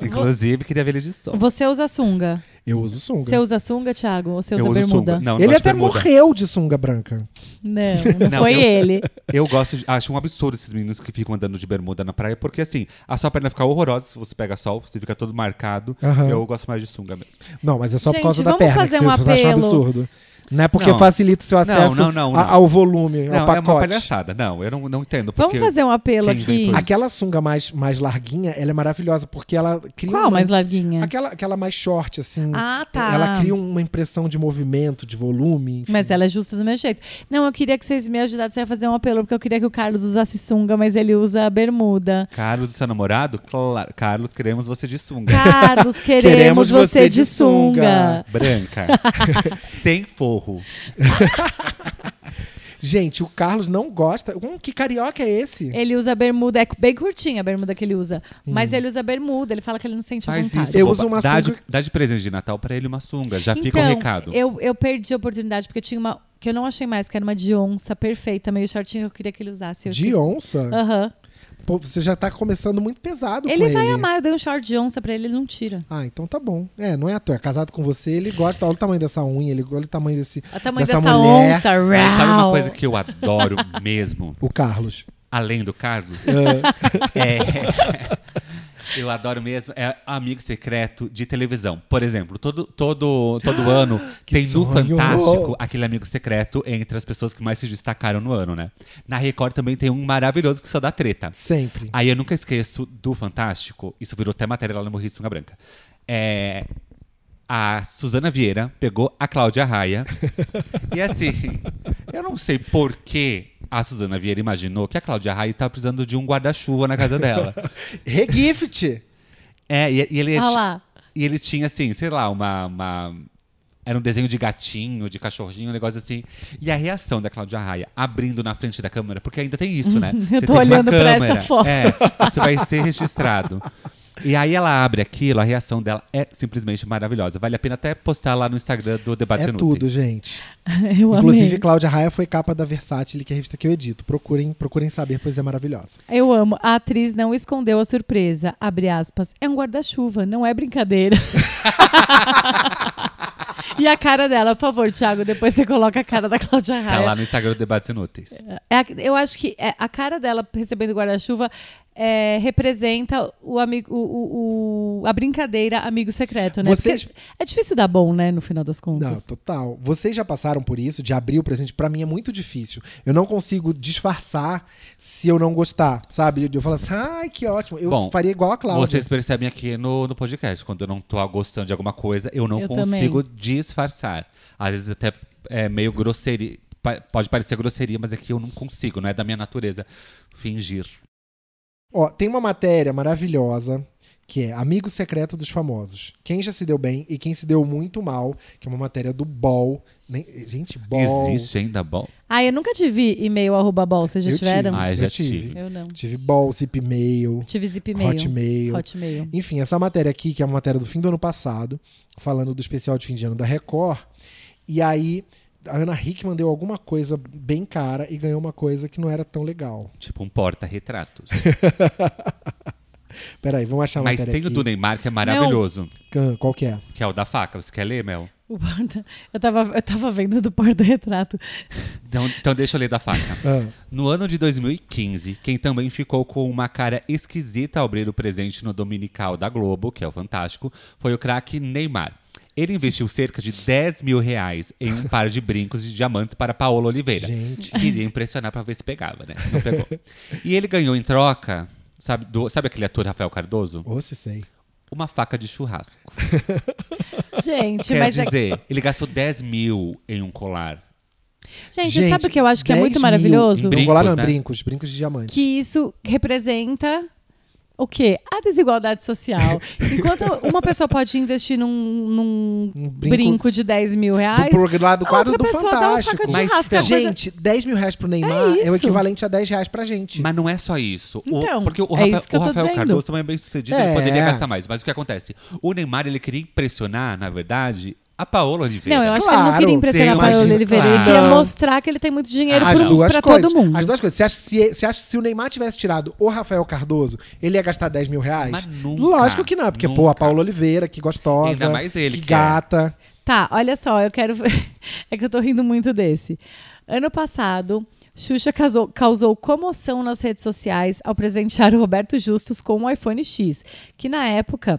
Speaker 2: Inclusive, queria ver ele de sol.
Speaker 3: Você usa sunga.
Speaker 4: eu uso sunga.
Speaker 3: Você usa sunga, Thiago? Ou você usa
Speaker 2: eu uso
Speaker 3: bermuda?
Speaker 2: sunga. Não, não gosto
Speaker 4: Ele
Speaker 2: é de
Speaker 4: até
Speaker 2: bermuda.
Speaker 4: morreu de sunga branca.
Speaker 3: Não, não
Speaker 2: (laughs) Não,
Speaker 3: foi
Speaker 2: eu-
Speaker 3: ele.
Speaker 2: Eu gosto, de, acho um absurdo esses meninos que ficam andando de bermuda na praia, porque assim, a sua perna fica horrorosa se você pega sol, você fica todo marcado.
Speaker 4: Aham.
Speaker 2: Eu gosto mais de sunga mesmo.
Speaker 4: Não, mas é só
Speaker 3: Gente,
Speaker 4: por causa da
Speaker 3: vamos
Speaker 4: perna,
Speaker 3: fazer
Speaker 4: que
Speaker 3: um
Speaker 4: você acha um
Speaker 3: apelo.
Speaker 4: absurdo. Não é porque
Speaker 2: Não.
Speaker 4: facilita o seu
Speaker 2: Não,
Speaker 4: acesso
Speaker 2: não, não,
Speaker 4: a-
Speaker 2: não.
Speaker 4: ao volume, ao
Speaker 2: Não, é uma
Speaker 4: pacote.
Speaker 2: palhaçada. Não, eu não, não entendo.
Speaker 3: Vamos
Speaker 2: Porque
Speaker 3: fazer um apelo
Speaker 2: quem
Speaker 3: aqui.
Speaker 2: inventou isso?
Speaker 4: Aquela sunga mais, mais larguinha, ela é maravilhosa, porque ela cria.
Speaker 3: Qual
Speaker 4: uma-
Speaker 3: mais larguinha?
Speaker 4: Aquela, aquela mais short, assim.
Speaker 3: Ah, tá.
Speaker 4: Ela cria uma impressão de movimento, de volume. enfim.
Speaker 3: Mas ela é justa do meu jeito. Não, eu queria que vocês me ajudassem a fazer um apelo, porque eu queria que o Carlos usasse sunga, mas ele usa bermuda.
Speaker 2: Carlos e seu namorado? Claro, Carlos, queremos você de sunga.
Speaker 3: Carlos,
Speaker 4: (laughs)
Speaker 3: queremos,
Speaker 4: Queremos
Speaker 3: você
Speaker 4: você
Speaker 3: de
Speaker 4: de
Speaker 3: sunga.
Speaker 4: sunga.
Speaker 3: (laughs)
Speaker 2: Branca. Sem forro.
Speaker 4: Gente, o Carlos não gosta. Hum, que carioca é esse?
Speaker 3: Ele usa bermuda, é bem curtinha a bermuda que ele usa.
Speaker 4: Hum.
Speaker 3: Mas ele usa bermuda, ele fala que ele não sente a
Speaker 2: Faz
Speaker 3: vontade.
Speaker 2: isso.
Speaker 4: Eu
Speaker 2: boba.
Speaker 4: uso uma
Speaker 2: dá de-
Speaker 4: sunga-
Speaker 2: dá de presente de Natal pra ele uma sunga. Já
Speaker 3: então,
Speaker 2: fica o recado.
Speaker 3: Eu, eu perdi a oportunidade, porque tinha uma. Que eu não achei mais, que era uma de onça perfeita, meio shortinha, eu queria que ele usasse. Eu
Speaker 4: De
Speaker 3: esqueci.
Speaker 4: onça?
Speaker 3: Aham.
Speaker 4: Pô, você já tá começando muito pesado com
Speaker 3: Ele
Speaker 4: ele.
Speaker 3: vai amar, eu dei um short de onça pra ele, ele não tira.
Speaker 4: Ah, então tá bom. É, não é à toa. É casado com você, ele gosta. Olha o tamanho dessa unha, ele olha o tamanho desse.
Speaker 3: O tamanho
Speaker 4: Dessa
Speaker 3: dessa,
Speaker 4: mulher. É,
Speaker 3: onça,
Speaker 2: Mas Sabe uma
Speaker 3: rau.
Speaker 2: coisa
Speaker 3: (laughs)
Speaker 2: que eu adoro mesmo?
Speaker 4: O Carlos.
Speaker 2: Além do Carlos?
Speaker 4: (laughs)
Speaker 2: É. (laughs) Eu adoro mesmo. É amigo secreto de televisão. Por exemplo, todo, todo, todo ano tem no
Speaker 4: sonho!
Speaker 2: Fantástico aquele amigo secreto entre as pessoas que mais se destacaram no ano, né? Na Record também tem um maravilhoso que só dá treta.
Speaker 4: Sempre.
Speaker 2: Aí eu nunca esqueço do Fantástico, isso virou até matéria lá no Morri de Sunga Branca. É, a Suzana Vieira pegou a Cláudia Raia. e assim, eu não sei por que a Suzana Vieira imaginou que a Cláudia Raia estava precisando de um guarda-chuva na casa dela.
Speaker 4: Regift!
Speaker 2: é, e, e ele,
Speaker 3: Olha Ah lá.
Speaker 2: e ele tinha, assim, sei lá, uma. uma- Era um desenho de gatinho, de cachorrinho, um negócio assim. E a reação da Cláudia Raia abrindo na frente da câmera, porque ainda tem isso, né?
Speaker 3: (laughs) Eu
Speaker 2: Você
Speaker 3: tô
Speaker 2: tem uma
Speaker 3: olhando pra essa
Speaker 2: câmera,
Speaker 3: foto.
Speaker 2: É, isso vai ser registrado. E aí ela abre aquilo, a reação dela é simplesmente maravilhosa. Vale a pena até postar lá no Instagram do Debate
Speaker 4: É tudo, gente.
Speaker 3: Eu
Speaker 4: Inclusive,
Speaker 3: amei.
Speaker 4: Cláudia Raia foi capa da Versátil, que é a revista que eu edito. Procurem, procurem saber, pois é maravilhosa.
Speaker 3: Eu amo. A atriz não escondeu a surpresa. Abre aspas. É um guarda-chuva, não é
Speaker 4: (laughs)
Speaker 3: brincadeira. e a cara dela, por favor, Thiago, depois você coloca a cara da Cláudia
Speaker 2: Tá lá
Speaker 3: Raia.
Speaker 2: no Instagram do Debates Inúteis.
Speaker 3: É a- eu acho que é, a cara dela recebendo guarda-chuva é, representa o amigo, o- o- o- a brincadeira amigo secreto, né?
Speaker 4: Vocês-
Speaker 3: Porque É difícil dar bom, né, no final das contas.
Speaker 4: Não, total. Vocês já passaram por isso, de abrir o presente? Pra mim é muito difícil. Eu não consigo disfarçar se eu não gostar, sabe? Eu falo assim, ai, que ótimo. Eu
Speaker 2: Bom,
Speaker 4: faria igual a Cláudia.
Speaker 2: Vocês percebem aqui no, no podcast, quando eu não tô gostando de alguma coisa, eu não
Speaker 3: Eu
Speaker 2: consigo disfarçar. Às vezes até é meio grosseria. pa- Pode parecer grosseria, mas é que eu não consigo, não é da minha natureza. Fingir.
Speaker 4: Ó, tem uma matéria maravilhosa que é Amigo Secreto dos Famosos. Quem já se deu bem e quem se deu muito mal, que é uma matéria do BOL. Nem- gente, BOL.
Speaker 2: Existe ainda bom?
Speaker 3: Ah, eu nunca tive e-mail arroba bol. Vocês já
Speaker 4: Eu tive.
Speaker 3: tiveram?
Speaker 2: Ah, eu já
Speaker 4: Eu tive.
Speaker 2: tive.
Speaker 3: Eu não.
Speaker 4: Tive BOL, Zip Mail,
Speaker 3: Tive zip e-mail.
Speaker 4: Hotmail.
Speaker 3: Hotmail.
Speaker 4: Enfim, essa matéria aqui, que é uma matéria do fim do ano passado, falando do especial de fim de ano da Record. E aí, a Ana Hickman deu alguma coisa bem cara e ganhou uma coisa que não era tão legal.
Speaker 2: Tipo um porta-retratos.
Speaker 4: Peraí, vamos achar a
Speaker 2: Mas
Speaker 4: matéria
Speaker 2: tem o
Speaker 4: aqui.
Speaker 2: do Neymar que é maravilhoso.
Speaker 4: Can, Qual que é?
Speaker 2: Que é o da faca. Você quer ler, Mel?
Speaker 3: O porta... eu, tava, eu tava vendo do
Speaker 4: (laughs)
Speaker 3: porta-retrato.
Speaker 2: Então, então deixa eu ler da faca.
Speaker 4: Ah,
Speaker 2: No ano de 2015, quem também ficou com uma cara esquisita ao abrir o presente no dominical da Globo, que é o Fantástico, foi o craque Neymar. Ele investiu cerca de 10 mil reais em um par de brincos de diamantes para Paola Oliveira.
Speaker 4: Gente.
Speaker 2: Queria impressionar para ver se pegava, né? Não pegou. E ele ganhou em troca, sabe, do- sabe aquele ator Rafael Cardoso?
Speaker 4: ou se sei.
Speaker 2: Uma faca de churrasco.
Speaker 3: Gente,
Speaker 2: Quer
Speaker 3: mas é-
Speaker 2: dizer, ele gastou 10 mil em um colar.
Speaker 3: Gente, sabe o que eu acho que é
Speaker 4: 10
Speaker 3: muito
Speaker 4: mil
Speaker 3: maravilhoso?
Speaker 4: Em
Speaker 2: Brincos,
Speaker 4: brincos, lá não,
Speaker 2: né?
Speaker 4: brincos, brincos de diamante.
Speaker 3: que isso representa o quê? A desigualdade
Speaker 4: (laughs)
Speaker 3: social. Enquanto uma pessoa pode investir num, num
Speaker 4: Um
Speaker 3: brinco,
Speaker 4: brinco
Speaker 3: de 10 mil
Speaker 4: Do
Speaker 3: reais,
Speaker 4: pro- lá do
Speaker 3: a
Speaker 4: quadro
Speaker 3: outra
Speaker 4: do
Speaker 3: pessoa dá uma faca
Speaker 4: Fantástico.
Speaker 3: de
Speaker 2: Mas
Speaker 3: churrasco.
Speaker 2: então-
Speaker 3: é coisa-
Speaker 4: Gente, 10 mil reais pro Neymar é,
Speaker 3: isso.
Speaker 4: o equivalente a 10 reais pra gente.
Speaker 2: Mas não é só isso. O-
Speaker 3: Então,
Speaker 2: porque o
Speaker 3: é
Speaker 2: Rafael,
Speaker 3: isso que eu
Speaker 2: o
Speaker 3: tô
Speaker 2: Rafael
Speaker 3: dizendo.
Speaker 2: Cardoso também é bem sucedido, ele
Speaker 4: É.
Speaker 2: poderia gastar mais. Mas o que acontece? O Neymar, ele queria impressionar, na verdade, a Paola Oliveira.
Speaker 3: Não, eu acho que ele não
Speaker 4: Claro,
Speaker 3: queria impressionar
Speaker 2: tem,
Speaker 3: a Paola
Speaker 2: imagina,
Speaker 3: Oliveira. Ele
Speaker 2: claro.
Speaker 3: queria
Speaker 4: Não.
Speaker 3: mostrar que ele tem muito dinheiro
Speaker 2: Ah,
Speaker 4: As
Speaker 3: pro-
Speaker 2: não.
Speaker 4: duas
Speaker 3: pra
Speaker 4: coisas.
Speaker 3: todo mundo.
Speaker 4: As duas coisas. Você acha, se, você acha que se o Neymar tivesse tirado o Rafael Cardoso, ele ia gastar 10 mil reais?
Speaker 2: Mas nunca,
Speaker 4: Lógico que não, porque, pô,
Speaker 2: nunca.
Speaker 4: a Paula Oliveira, que gostosa.
Speaker 2: Ainda mais ele
Speaker 4: que
Speaker 2: que é.
Speaker 4: gata.
Speaker 3: Tá, olha só, eu quero. (laughs) é que eu tô rindo muito desse. Ano passado, Xuxa casou- causou comoção nas redes sociais ao presentear o Roberto Justus com um iPhone X, que na época.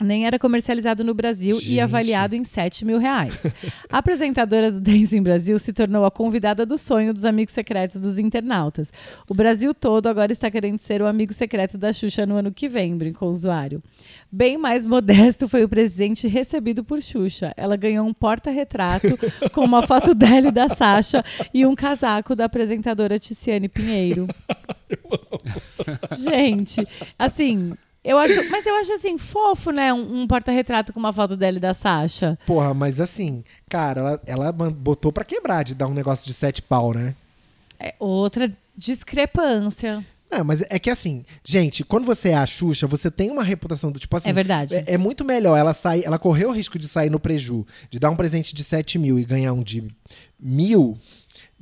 Speaker 3: Nem era comercializado no Brasil e
Speaker 4: Gente.
Speaker 3: avaliado em 7 mil reais. A apresentadora do Dance em Brasil se tornou a convidada do sonho dos amigos secretos dos internautas. O Brasil todo agora está querendo ser o amigo secreto da Xuxa no ano que vem, brincou o usuário. Bem mais modesto foi o presente recebido por Xuxa. Ela ganhou um porta-retrato com uma foto dela e da Sasha e um casaco da apresentadora Ticiane Pinheiro. Gente, assim, eu acho. Mas eu acho assim, fofo, né? Um, um porta-retrato com uma foto dela e da Sasha.
Speaker 4: Porra, mas assim, cara, ela, ela man- botou pra quebrar de dar um negócio de sete pau, né?
Speaker 3: É outra discrepância.
Speaker 4: É, mas é que assim, gente, quando você é a Xuxa, você tem uma reputação do tipo assim.
Speaker 3: É verdade.
Speaker 4: É, é muito melhor ela sair, ela correu o risco de sair no preju, de dar um presente de 7 mil e ganhar um de mil,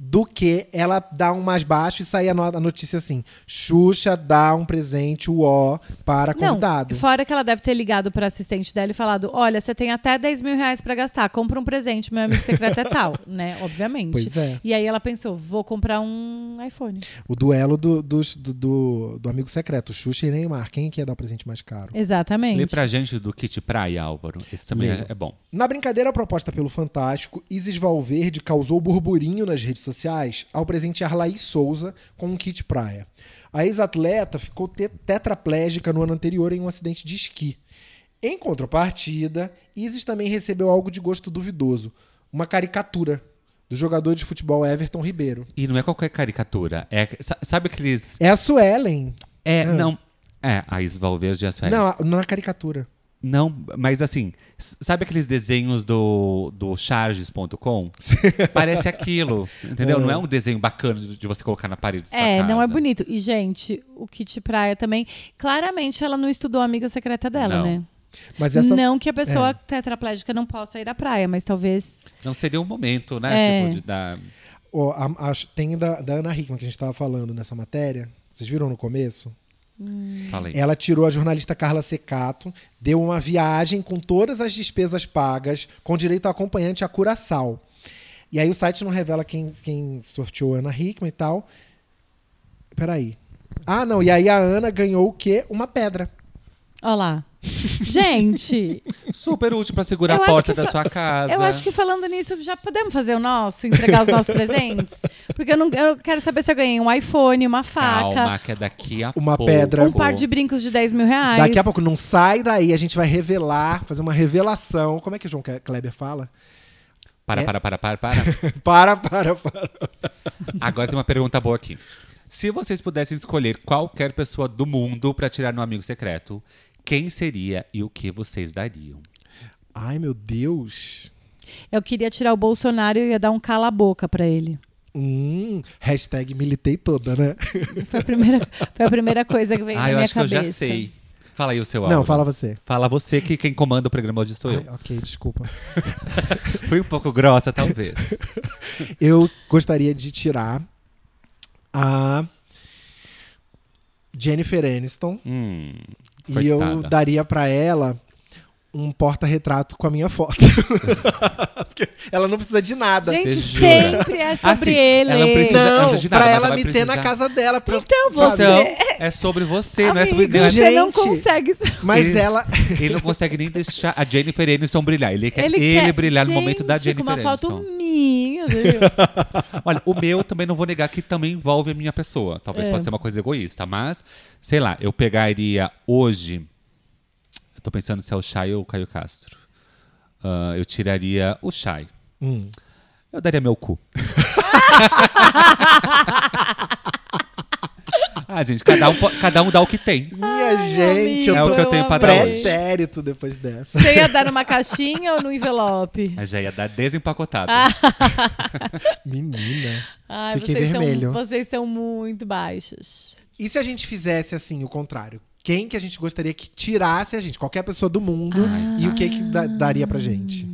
Speaker 4: do que ela dar um mais baixo e sair a, no- a notícia assim: Xuxa dá um presente UO para tá convidado.
Speaker 3: Não, fora que ela deve ter ligado para assistente dela e falado: olha, você tem até 10 mil reais para gastar, compra um presente, meu amigo secreto é
Speaker 4: (laughs)
Speaker 3: tal, né? Obviamente.
Speaker 4: Pois é.
Speaker 3: E aí ela pensou: vou comprar um iPhone.
Speaker 4: O duelo do, dos- do, do- do amigo secreto, Xuxa e Neymar. Quem quer dar o presente mais caro?
Speaker 2: Lê
Speaker 3: Exatamente.
Speaker 2: pra gente do Kit Praia, Álvaro. Esse também
Speaker 4: Leio.
Speaker 2: é, é bom.
Speaker 4: Na brincadeira proposta pelo Fantástico, Isis Valverde causou burburinho nas redes sociais ao presentear Laís Souza com um kit praia. A ex-atleta ficou te- tetraplégica no ano anterior em um acidente de esqui. Em contrapartida, Isis também recebeu algo de gosto duvidoso, uma caricatura do jogador de futebol Everton Ribeiro.
Speaker 2: E não é qualquer caricatura. É, sa- sabe aqueles...
Speaker 4: É a Suelen.
Speaker 2: É, não... É, a Isvalverde e a Sueli.
Speaker 4: Ah. Não, a- não é a caricatura.
Speaker 2: Não, mas assim, s- sabe aqueles desenhos do, do charges.com? Parece aquilo,
Speaker 4: (laughs)
Speaker 2: entendeu? Não é um desenho bacana de de você colocar na parede. da sua
Speaker 3: É, não é
Speaker 2: casa.
Speaker 3: bonito. E, gente, o kit praia também. Claramente ela não estudou a amiga secreta dela,
Speaker 2: Não.
Speaker 3: né?
Speaker 4: Mas essa
Speaker 3: Não que a pessoa
Speaker 2: É.
Speaker 3: tetraplégica não possa ir à praia, mas talvez.
Speaker 2: Não seria um momento, né?
Speaker 3: É.
Speaker 2: Tipo, de dar.
Speaker 4: Ó, a- a- tem da, da Ana Hickman que a gente estava falando nessa matéria. Vocês viram no começo?
Speaker 2: Falei.
Speaker 4: Ela tirou a jornalista Carla Secato, deu uma viagem com todas as despesas pagas, com direito a acompanhante a Curaçao. E aí o site não revela quem, quem sorteou a Ana Hickman e tal. Peraí. Ah, não. E aí a Ana ganhou o quê? Uma pedra.
Speaker 3: Olha
Speaker 2: (laughs)
Speaker 3: lá. gente,
Speaker 2: É Super útil pra segurar
Speaker 3: Eu
Speaker 2: a
Speaker 3: acho
Speaker 2: porta
Speaker 3: que
Speaker 2: da
Speaker 3: fa-
Speaker 2: sua casa.
Speaker 3: eu acho que falando nisso, já podemos fazer o nosso, entregar
Speaker 2: (laughs)
Speaker 3: os nossos presentes? Porque eu, não, eu quero saber se eu ganhei um iPhone, uma faca,
Speaker 2: Calma, que é daqui a
Speaker 4: Uma
Speaker 2: pouco.
Speaker 4: pedra.
Speaker 3: um par de brincos de 10 mil reais.
Speaker 4: Daqui a pouco não sai daí, a gente vai revelar, fazer uma revelação. Como é que o João Kleber fala? (laughs)
Speaker 2: Para,
Speaker 4: É.
Speaker 2: para, para, para, para.
Speaker 4: Para, para, para.
Speaker 2: Agora tem uma pergunta boa aqui. Se vocês pudessem escolher qualquer pessoa do mundo pra tirar no amigo secreto, Quem seria e o que vocês dariam?
Speaker 4: Ai, meu Deus.
Speaker 3: Eu queria tirar o Bolsonaro e ia dar um cala-boca pra ele.
Speaker 4: Hum, hashtag militei toda, né?
Speaker 3: Foi a primeira, foi a primeira coisa que veio na
Speaker 2: Ah, eu
Speaker 3: minha
Speaker 2: acho
Speaker 3: cabeça.
Speaker 2: que eu já sei. Fala aí o seu áudio.
Speaker 4: Não, fala você.
Speaker 2: Fala você que quem comanda o programa hoje sou eu.
Speaker 4: Ai, ok, desculpa.
Speaker 2: Fui um pouco grossa, talvez.
Speaker 4: Eu gostaria de tirar a Jennifer Aniston
Speaker 2: Hum,
Speaker 4: e eu
Speaker 2: coitada.
Speaker 4: daria pra ela um porta-retrato com a minha foto. (laughs) Porque ela não precisa de nada.
Speaker 3: Gente,
Speaker 2: Você jura?
Speaker 3: sempre é sobre
Speaker 2: Assim,
Speaker 3: ele.
Speaker 2: ela não precisa-
Speaker 4: não,
Speaker 2: precisa de nada,
Speaker 4: pra
Speaker 2: mas
Speaker 4: ela
Speaker 2: ela
Speaker 4: me
Speaker 2: vai
Speaker 4: ter na
Speaker 2: precisar.
Speaker 4: casa dela. pra-
Speaker 3: Então
Speaker 4: sabe?
Speaker 3: (laughs) você-
Speaker 2: Então, é sobre você, não é sobre
Speaker 3: Amigo,
Speaker 2: não é-
Speaker 3: você não
Speaker 4: Gente.
Speaker 3: consegue.
Speaker 4: Mas
Speaker 2: Ele-
Speaker 4: ela.
Speaker 2: Ele não consegue nem deixar a Jennifer Aniston brilhar. Ele quer ele,
Speaker 3: quer-
Speaker 2: brilhar no momento da
Speaker 3: Gente,
Speaker 2: Jennifer
Speaker 3: com uma
Speaker 2: Aniston.
Speaker 3: foto minha.
Speaker 2: (laughs)
Speaker 3: viu?
Speaker 2: Olha, o meu também não vou negar que também envolve a minha pessoa. Talvez
Speaker 3: É.
Speaker 2: pode ser uma coisa egoísta, mas sei lá, eu pegaria hoje. Eu tô pensando se é o Chay ou o Caio Castro. Ah, eu tiraria o Chay. Eu daria meu cu. ah, gente, cada um, po- cada um dá o que tem.
Speaker 4: Minha gente,
Speaker 3: Amigo,
Speaker 2: É
Speaker 4: eu
Speaker 2: o
Speaker 4: tô
Speaker 2: que eu tenho pra dar
Speaker 3: amei.
Speaker 2: hoje.
Speaker 4: pretérito depois dessa.
Speaker 3: Você ia dar numa caixinha ou num envelope?
Speaker 2: Aí Já ia dar desempacotada.
Speaker 4: Menina.
Speaker 3: Ai,
Speaker 4: Fiquei
Speaker 3: vocês São,
Speaker 4: vermelho.
Speaker 3: vocês são muito baixos.
Speaker 4: E se a gente fizesse assim, o contrário? Quem que a gente gostaria que tirasse a gente? Qualquer pessoa do mundo. E o que que da- daria pra gente?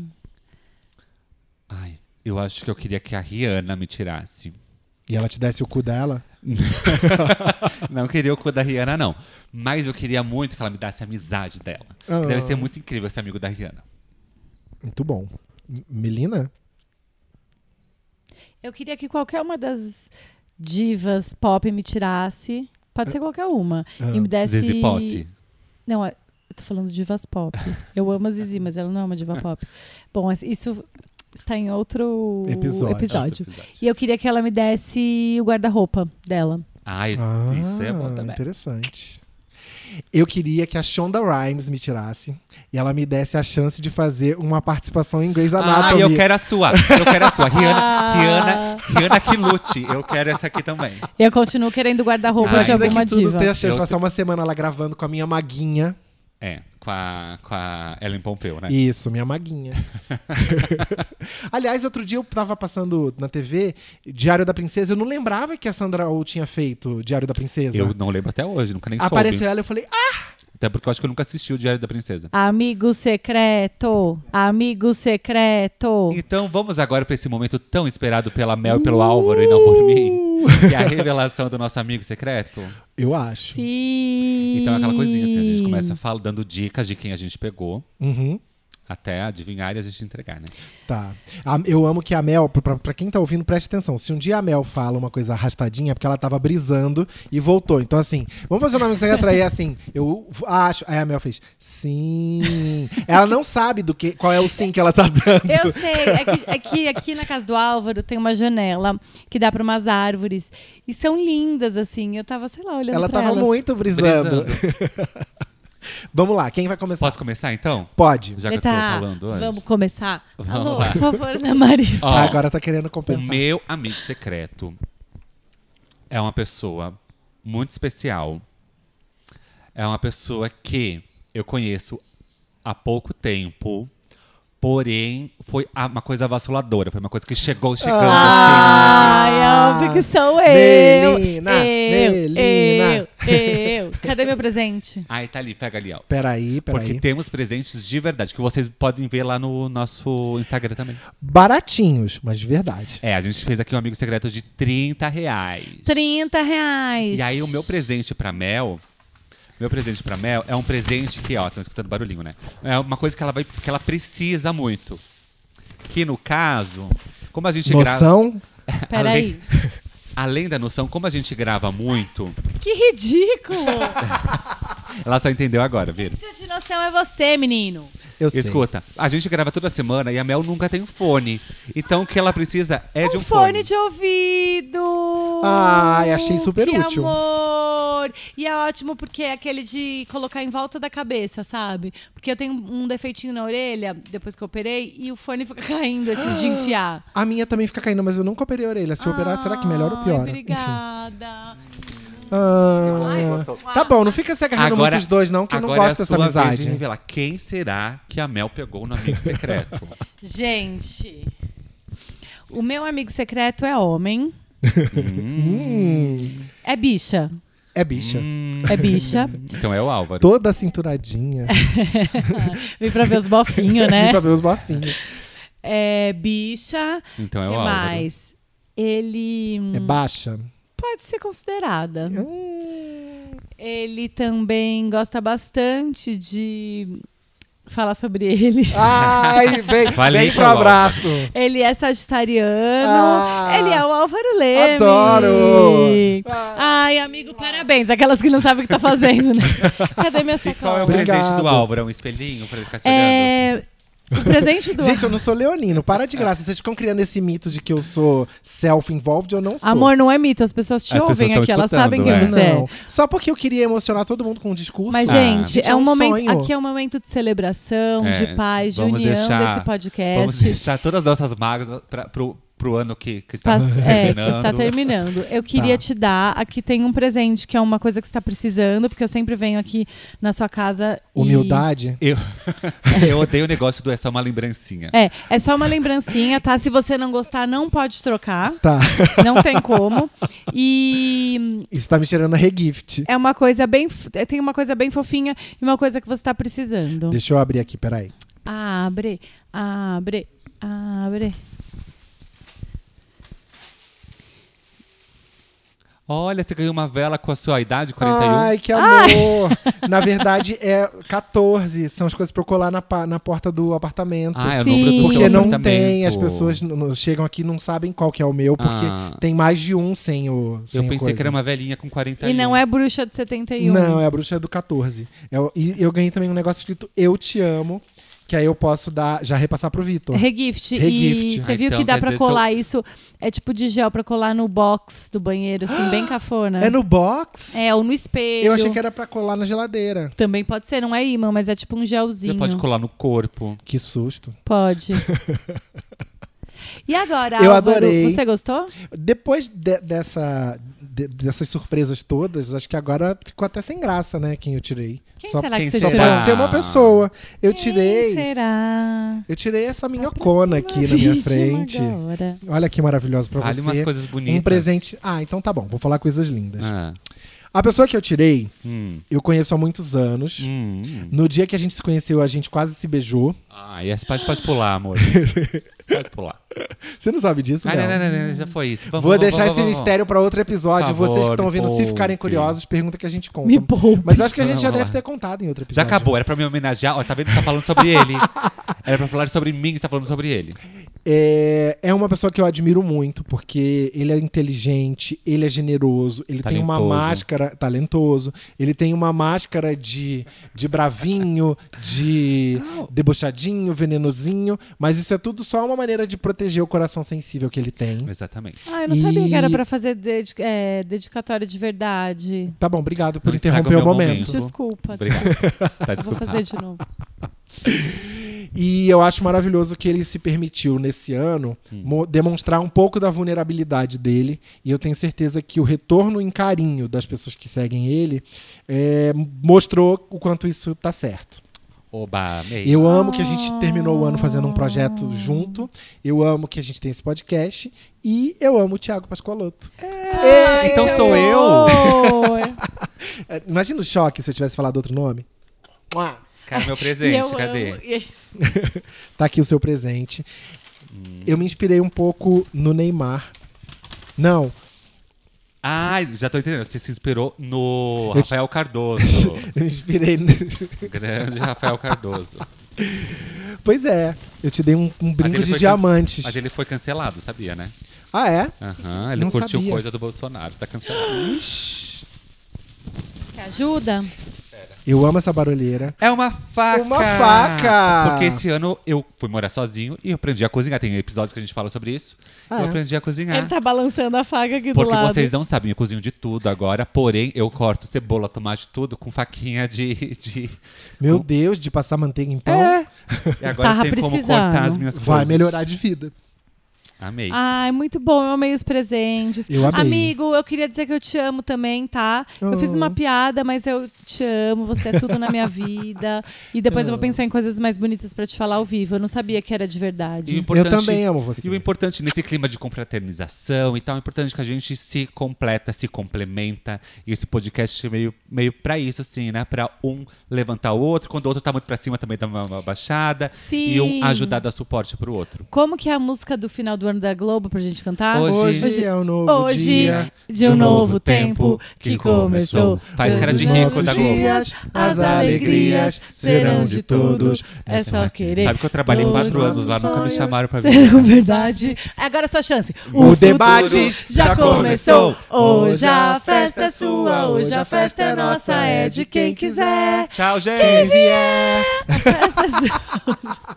Speaker 2: Ai, eu acho que eu queria que a Rihanna me tirasse.
Speaker 4: E ela te desse o cu dela?
Speaker 2: Não queria o cu da Rihanna, não. Mas eu queria muito que ela me desse a amizade dela.
Speaker 4: Ah.
Speaker 2: Deve ser muito incrível ser amigo da Rihanna.
Speaker 4: Muito bom. M- Melina?
Speaker 3: Eu queria que qualquer uma das divas pop me tirasse. Pode ser qualquer uma.
Speaker 4: Ah.
Speaker 2: Ah,
Speaker 3: E me desse.
Speaker 2: Zizi Posse.
Speaker 3: Não, é, eu tô falando divas pop. Eu amo a Zizi, mas ela não é uma diva pop. Bom, mas isso está em outro
Speaker 4: Episódio.
Speaker 3: episódio.
Speaker 2: Outro episódio.
Speaker 3: E eu queria que ela me desse o guarda-roupa dela.
Speaker 2: Ai,
Speaker 4: Ah,
Speaker 2: isso é bom também.
Speaker 4: Interessante. Eu queria que a Shonda Rhimes me tirasse e ela me desse a chance de fazer uma participação em Grey's
Speaker 2: Ah,
Speaker 4: Anatomy.
Speaker 2: eu quero a sua. Eu quero a sua. Rihanna,
Speaker 3: Ah.
Speaker 2: Rihanna, Rihanna que lute. Eu quero essa aqui também.
Speaker 3: Eu continuo querendo guarda-roupa
Speaker 2: Ai,
Speaker 3: de
Speaker 4: Imagina
Speaker 3: alguma
Speaker 4: que tudo
Speaker 3: diva.
Speaker 4: ter a chance
Speaker 2: Eu
Speaker 4: de
Speaker 2: te-
Speaker 4: passar uma semana lá gravando com a minha maguinha.
Speaker 2: É, com a, com a Ellen Pompeu, né?
Speaker 4: Isso, minha (laughs) maguinha. Aliás, outro dia eu tava passando na TV Diário da Princesa. Eu não lembrava que a Sandra Oh tinha feito Diário da Princesa.
Speaker 2: Eu não lembro até hoje, nunca nem
Speaker 4: Apareceu
Speaker 2: soube.
Speaker 4: ela e eu falei, ah,
Speaker 2: Até porque eu acho que eu nunca assisti o Diário da Princesa.
Speaker 3: Amigo secreto, amigo secreto.
Speaker 2: Então vamos agora para esse momento tão esperado pela Mel e pelo Álvaro e não por mim. Que é a revelação do nosso amigo secreto.
Speaker 4: eu acho.
Speaker 3: Sim.
Speaker 2: Então é aquela coisinha assim, a gente começa falando, dando dicas de quem a gente pegou,
Speaker 4: Uhum.
Speaker 2: até adivinhar e a gente entregar, né?
Speaker 4: Tá. A- eu amo que a Mel, pra, pra quem tá ouvindo, preste atenção. Se um dia a Mel fala uma coisa arrastadinha, é porque ela tava brisando e voltou. Então, assim, vamos fazer um nome que você quer atrair assim. Eu v- acho. Aí a Mel fez, sim. Ela não sabe do que, qual é o sim que ela tá dando.
Speaker 3: Eu sei, é que, é que aqui na casa do Álvaro tem uma janela que dá pra umas árvores. E são lindas, assim. Eu tava, sei lá, olhando
Speaker 4: Ela
Speaker 3: pra
Speaker 4: tava
Speaker 3: elas.
Speaker 4: muito brisando. Vamos lá, quem vai começar?
Speaker 2: Posso começar então?
Speaker 4: Pode.
Speaker 2: Já que eu tô
Speaker 3: Eita,
Speaker 2: falando antes.
Speaker 3: tá, Vamos começar?
Speaker 2: Vamos
Speaker 3: Alô,
Speaker 2: lá.
Speaker 3: por favor, Ana Marisa.
Speaker 2: Ó,
Speaker 4: Ah, agora tá querendo
Speaker 2: O
Speaker 4: compensar.
Speaker 2: meu amigo secreto é uma pessoa muito especial. É uma pessoa que eu conheço há pouco tempo, porém foi a- uma coisa avassaladora, foi uma coisa que chegou chegando.
Speaker 3: Ah!
Speaker 2: Ah. assim.
Speaker 3: Ai, amo que sou eu.
Speaker 4: Melina,
Speaker 3: eu,
Speaker 4: Melina.
Speaker 3: eu, eu. Cadê meu presente?
Speaker 2: Aí tá ali, pega ali, ó.
Speaker 4: Peraí,
Speaker 2: Porque
Speaker 4: peraí.
Speaker 2: temos presentes de verdade, que vocês podem ver lá no nosso Instagram também.
Speaker 4: Baratinhos, mas de verdade.
Speaker 2: É, a gente fez aqui um amigo secreto de 30 reais.
Speaker 3: 30 reais.
Speaker 2: E aí, o meu presente pra Mel. Meu presente pra Mel é um presente que, ó, estão escutando barulhinho, né? É uma coisa que ela vai. que ela precisa muito. Que no caso, como a gente grava.
Speaker 4: Noção?
Speaker 3: Peraí.
Speaker 2: Além da noção, como a gente grava muito,
Speaker 3: (laughs) Que ridículo!
Speaker 2: ela só entendeu agora, Vira.
Speaker 3: (laughs) Seu de noção é você, menino.
Speaker 4: Eu sei.
Speaker 2: Escuta, a gente grava toda semana e a Mel nunca tem fone. Então o que ela precisa é de
Speaker 3: um
Speaker 2: um
Speaker 3: fone
Speaker 2: fone.
Speaker 3: de ouvido.
Speaker 4: Ai, achei super
Speaker 3: que
Speaker 4: útil.
Speaker 3: Amor. E é ótimo porque é aquele de colocar em volta da cabeça, sabe? Porque eu tenho um defeitinho na orelha depois que eu operei e o fone fica (laughs) caindo esses de
Speaker 4: Ah.
Speaker 3: enfiar.
Speaker 4: A minha também fica caindo, mas eu nunca operei a orelha. Se eu operar, será que melhora
Speaker 3: Ah,
Speaker 4: ou
Speaker 3: Ai,
Speaker 4: piora? Enfim.
Speaker 3: Obrigada.
Speaker 4: Ah, tá bom, não fica se agarrando muito os dois, não, que eu não
Speaker 2: agora é a
Speaker 4: gosto dessa
Speaker 2: sua vez de
Speaker 4: amizade.
Speaker 2: revelar quem será que a Mel pegou no amigo
Speaker 3: (laughs)
Speaker 2: secreto.
Speaker 3: Gente, o meu amigo secreto é
Speaker 4: (laughs)
Speaker 3: homem. É bicha.
Speaker 4: É bicha.
Speaker 2: Hum.
Speaker 3: É
Speaker 4: (laughs)
Speaker 3: bicha.
Speaker 2: então é o Álvaro.
Speaker 3: (laughs)
Speaker 4: Toda cinturadinha.
Speaker 3: Vim pra ver os
Speaker 4: (laughs)
Speaker 3: bofinhos, né?
Speaker 4: Vim pra ver os bafinhos.
Speaker 3: É bicha.
Speaker 2: Então é
Speaker 3: que
Speaker 2: o Álvaro.
Speaker 3: mais? Ele hum,
Speaker 4: É baixa.
Speaker 3: pode ser considerada.
Speaker 4: É.
Speaker 3: Ele também gosta bastante de falar sobre ele.
Speaker 4: Ah.
Speaker 2: (laughs)
Speaker 4: Ai, vem,
Speaker 2: Vai ali
Speaker 4: vem pro
Speaker 2: pra volta.
Speaker 4: abraço.
Speaker 3: Ele é sagitariano.
Speaker 4: Ah.
Speaker 3: ele é o Álvaro Leme. Ah.
Speaker 4: Adoro.
Speaker 3: Ai, amigo, parabéns. Aquelas que não sabem o que tá fazendo,
Speaker 4: (laughs)
Speaker 3: né? Cadê minha
Speaker 2: E qual é o
Speaker 3: sacola?
Speaker 4: Obrigado.
Speaker 2: presente do Álvaro? É um espelhinho pra ele ficar se olhando?
Speaker 3: É, o presente do
Speaker 4: Gente, eu não sou leonino. Para de graça. Vocês ficam criando esse mito de que eu sou self-involved. Eu não sou.
Speaker 3: Amor, não é mito. As pessoas
Speaker 2: As
Speaker 3: te
Speaker 2: pessoas
Speaker 3: ouvem
Speaker 2: estão
Speaker 3: aqui, elas
Speaker 2: escutando,
Speaker 3: sabem quem
Speaker 2: é.
Speaker 3: você é.
Speaker 4: não. Só porque eu queria emocionar todo mundo com um discurso.
Speaker 3: Mas,
Speaker 2: Ah,
Speaker 3: gente, é,
Speaker 4: é
Speaker 3: um
Speaker 4: um
Speaker 3: momento.
Speaker 4: sonho.
Speaker 3: Aqui é um momento de celebração,
Speaker 2: É,
Speaker 3: um de paz, de
Speaker 2: vamos
Speaker 3: união
Speaker 2: deixar-
Speaker 3: desse podcast.
Speaker 2: Vamos deixar todas as nossas mágoas pra, pro, pro ano que, que (laughs) está
Speaker 3: Pas- é, que
Speaker 2: terminando. Tá.
Speaker 3: está terminando. Eu queria te dar. Aqui tem um presente que é uma coisa que você está precisando, porque eu sempre venho aqui na sua casa. e-
Speaker 4: Humildade.
Speaker 2: Eu, (laughs) eu odeio o negócio do é só uma lembrancinha.
Speaker 3: É, é só uma lembrancinha, tá? Se você não gostar, não pode trocar.
Speaker 4: Tá. (laughs)
Speaker 3: Não tem como. E
Speaker 4: Isso tá me cheirando a regift.
Speaker 3: é uma coisa bem. f- Tem uma coisa bem fofinha e uma coisa que você está precisando.
Speaker 4: Deixa eu abrir aqui, peraí.
Speaker 3: Abre, abre, abre.
Speaker 2: Olha, você ganhou uma vela com a sua idade, 41.
Speaker 4: Ai, que amor! Na verdade, é 14. São as coisas pra eu colar na, pa- na porta do apartamento.
Speaker 2: ah, é o
Speaker 3: sim.
Speaker 2: número do seu
Speaker 4: Porque não
Speaker 2: apartamento.
Speaker 4: tem, as pessoas n- n- chegam aqui e não sabem qual que é o meu, porque
Speaker 2: Ah.
Speaker 4: tem mais de um sem o. Sem
Speaker 2: Eu
Speaker 4: a
Speaker 2: pensei
Speaker 4: coisa.
Speaker 2: que era uma velhinha com 41.
Speaker 3: E não é bruxa de 71.
Speaker 4: Não, é a bruxa do 14. Eu, e eu ganhei também um negócio escrito Eu Te Amo, que aí eu posso dar, já repassar pro Vitor.
Speaker 3: Regift. E
Speaker 4: Regift. né?
Speaker 3: você
Speaker 2: Ah,
Speaker 3: viu
Speaker 2: então
Speaker 3: que dá
Speaker 2: quer
Speaker 3: pra
Speaker 2: dizer, se eu-
Speaker 3: colar isso? É tipo de gel pra colar no box do banheiro, assim,
Speaker 4: (gasps)
Speaker 3: bem cafona.
Speaker 4: É no box?
Speaker 3: É, ou no espelho.
Speaker 4: Eu achei que era pra colar na geladeira.
Speaker 3: Também pode ser, não é imã, mas é tipo um
Speaker 2: Você
Speaker 3: gelzinho.
Speaker 2: pode colar no corpo.
Speaker 4: Que susto. (laughs)
Speaker 3: Pode. e agora,
Speaker 4: Eu
Speaker 3: Álvaro,
Speaker 4: adorei.
Speaker 3: você gostou?
Speaker 4: Depois de- dessa, de- dessas surpresas todas, acho que agora ficou até sem graça, né? Quem eu tirei.
Speaker 3: Quem
Speaker 4: só
Speaker 3: será que
Speaker 2: quem
Speaker 3: você
Speaker 4: só
Speaker 3: tirou?
Speaker 2: será?
Speaker 4: pode ser uma pessoa. Eu
Speaker 3: Quem Tá
Speaker 4: tirei.
Speaker 3: será?
Speaker 4: Eu tirei essa minhocona aqui na minha
Speaker 3: Vítima
Speaker 4: frente.
Speaker 3: agora.
Speaker 4: Olha que maravilhosa pra
Speaker 2: Olha
Speaker 4: você.
Speaker 2: umas coisas bonitas.
Speaker 4: um presente. Ah, então tá bom. Vou falar coisas lindas.
Speaker 2: Ah.
Speaker 4: A pessoa que eu tirei,
Speaker 2: Hum.
Speaker 4: eu conheço há muitos anos.
Speaker 2: Hum, hum.
Speaker 4: No dia que a gente se conheceu, a gente quase se beijou.
Speaker 2: Ah, e essa parte pode pular, amor. (laughs) pode pular.
Speaker 4: Você não sabe disso,
Speaker 2: Ah,
Speaker 4: Mel?
Speaker 2: não, não, não, não, já foi isso. Vamos,
Speaker 4: Vou
Speaker 2: vamos,
Speaker 4: deixar
Speaker 2: vamos,
Speaker 4: esse
Speaker 2: vamos,
Speaker 4: mistério pra outro episódio.
Speaker 2: Por
Speaker 4: Vocês que estão
Speaker 2: favor,
Speaker 4: ouvindo, se ficarem
Speaker 2: poupe.
Speaker 4: curiosos, pergunta que a gente conta.
Speaker 3: Me poupe.
Speaker 4: Mas acho que a gente já
Speaker 2: Vamos lá.
Speaker 4: deve ter contado em outro
Speaker 2: Já
Speaker 4: episódio.
Speaker 2: acabou, era pra me homenagear. Ó, tá vendo? Tá falando sobre ele.
Speaker 4: (laughs)
Speaker 2: Era pra falar sobre mim, você tá falando sobre ele.
Speaker 4: É, é uma pessoa que eu admiro muito, porque ele é inteligente, ele é generoso, ele tem uma
Speaker 2: Talentoso.
Speaker 4: máscara. Talentoso. Ele tem uma máscara de, de bravinho, de debochadinho, venenosinho. Mas isso é tudo só uma maneira de proteger o coração sensível que ele tem.
Speaker 2: Exatamente.
Speaker 3: Ah, eu não sabia que era
Speaker 4: E-
Speaker 3: pra fazer dedi- é, dedicatória de verdade.
Speaker 4: Tá bom, obrigado por
Speaker 2: Não estraga
Speaker 4: interromper
Speaker 2: o
Speaker 4: o
Speaker 2: meu
Speaker 4: momento.
Speaker 2: momento.
Speaker 3: Desculpa.
Speaker 2: Obrigado. Tá,
Speaker 3: Eu vou
Speaker 2: desculpa.
Speaker 3: fazer de novo.
Speaker 4: E eu acho maravilhoso que ele se permitiu, nesse ano, mo- demonstrar um pouco da vulnerabilidade dele. E eu tenho certeza que o retorno em carinho das pessoas que seguem ele é, mostrou o quanto isso tá certo.
Speaker 2: Oba, amei.
Speaker 4: Eu amo que a gente terminou o ano fazendo um projeto junto. Eu amo que a gente tem esse podcast. E eu amo o Thiago Pascoaloto.
Speaker 2: então sou eu. (laughs)
Speaker 3: amor.
Speaker 4: É, Imagina o choque se eu tivesse falado outro nome. Mua!
Speaker 2: Cadê meu
Speaker 3: E
Speaker 2: presente?
Speaker 3: eu
Speaker 2: Cadê?
Speaker 3: amo. E-
Speaker 4: Tá aqui o seu presente. Eu me inspirei um pouco no Neymar. Não,
Speaker 2: Ah, já tô entendendo. Você se inspirou no
Speaker 4: te-
Speaker 2: Rafael
Speaker 4: (laughs)
Speaker 2: Cardoso.
Speaker 4: eu me inspirei. (laughs)
Speaker 2: Grande Rafael Cardoso.
Speaker 4: pois é, eu te dei um, um
Speaker 2: Mas
Speaker 4: brinco
Speaker 2: ele
Speaker 4: de
Speaker 2: foi
Speaker 4: diamantes.
Speaker 2: can- Mas ele foi cancelado, sabia, né?
Speaker 4: Ah, é?
Speaker 2: Aham, ele
Speaker 4: Não
Speaker 2: curtiu
Speaker 4: sabia.
Speaker 2: coisa do Bolsonaro, tá cancelado.
Speaker 3: Quer ajuda?
Speaker 4: Eu amo essa barulheira.
Speaker 2: É uma faca!
Speaker 4: Uma faca!
Speaker 2: Porque esse ano eu fui morar sozinho e eu aprendi a cozinhar. Tem episódios que a gente fala sobre isso.
Speaker 4: Ah,
Speaker 2: eu
Speaker 4: é?
Speaker 2: aprendi a cozinhar.
Speaker 3: Ele tá balançando a faca aqui do
Speaker 2: Porque
Speaker 3: lado.
Speaker 2: vocês não sabem, eu cozinho de tudo agora, porém eu corto cebola, tomate, tudo com faquinha de. de...
Speaker 4: Meu Deus, de passar manteiga em pão
Speaker 2: E agora
Speaker 3: Tava
Speaker 2: tem como
Speaker 3: precisando.
Speaker 2: cortar as minhas coisas.
Speaker 4: vai melhorar de vida.
Speaker 2: Amei.
Speaker 3: Ai, muito bom. Eu amei os presentes.
Speaker 4: Eu amei.
Speaker 3: Amigo, eu queria dizer que eu te amo também, tá? Eu fiz
Speaker 4: Oh.
Speaker 3: uma piada, mas eu te amo. Você é tudo na
Speaker 4: (laughs)
Speaker 3: minha vida. E depois
Speaker 4: Ah.
Speaker 3: eu vou pensar em coisas mais bonitas pra te falar ao vivo. Eu não sabia que era de
Speaker 2: E o
Speaker 3: verdade.
Speaker 2: importante-
Speaker 4: Eu também amo você.
Speaker 2: E o importante nesse clima de confraternização e tal, é importante que a gente se completa, se complementa. E esse podcast é meio, meio pra isso, assim, né? Pra um levantar o outro, quando o outro tá muito pra cima também dá uma, uma baixada.
Speaker 3: Sim.
Speaker 2: E um ajudar a dar suporte pro outro.
Speaker 3: Como que é a música do final do ano da Globo pra gente cantar?
Speaker 2: Hoje-
Speaker 4: Hoje, é um novo
Speaker 3: Hoje
Speaker 4: dia.
Speaker 3: de um novo tempo que começou.
Speaker 2: Faz cara de
Speaker 4: Todos os
Speaker 2: rico da
Speaker 4: nossos
Speaker 2: Globo.
Speaker 4: dias, As alegrias serão de todos.
Speaker 3: É só querer.
Speaker 2: Sabe que eu trabalhei
Speaker 3: Todos
Speaker 2: quatro anos
Speaker 4: os
Speaker 2: lá, nunca me
Speaker 4: sonhos
Speaker 2: chamaram pra vir.
Speaker 3: Serão verdade. Agora é sua chance.
Speaker 4: O
Speaker 3: futuro
Speaker 4: debate
Speaker 3: já
Speaker 4: já
Speaker 3: começou.
Speaker 4: começou.
Speaker 3: Hoje a festa é sua, hoje a festa é nossa, é de quem quiser.
Speaker 2: Tchau, gente!
Speaker 4: Quem vier.
Speaker 3: (laughs) A festa é sua.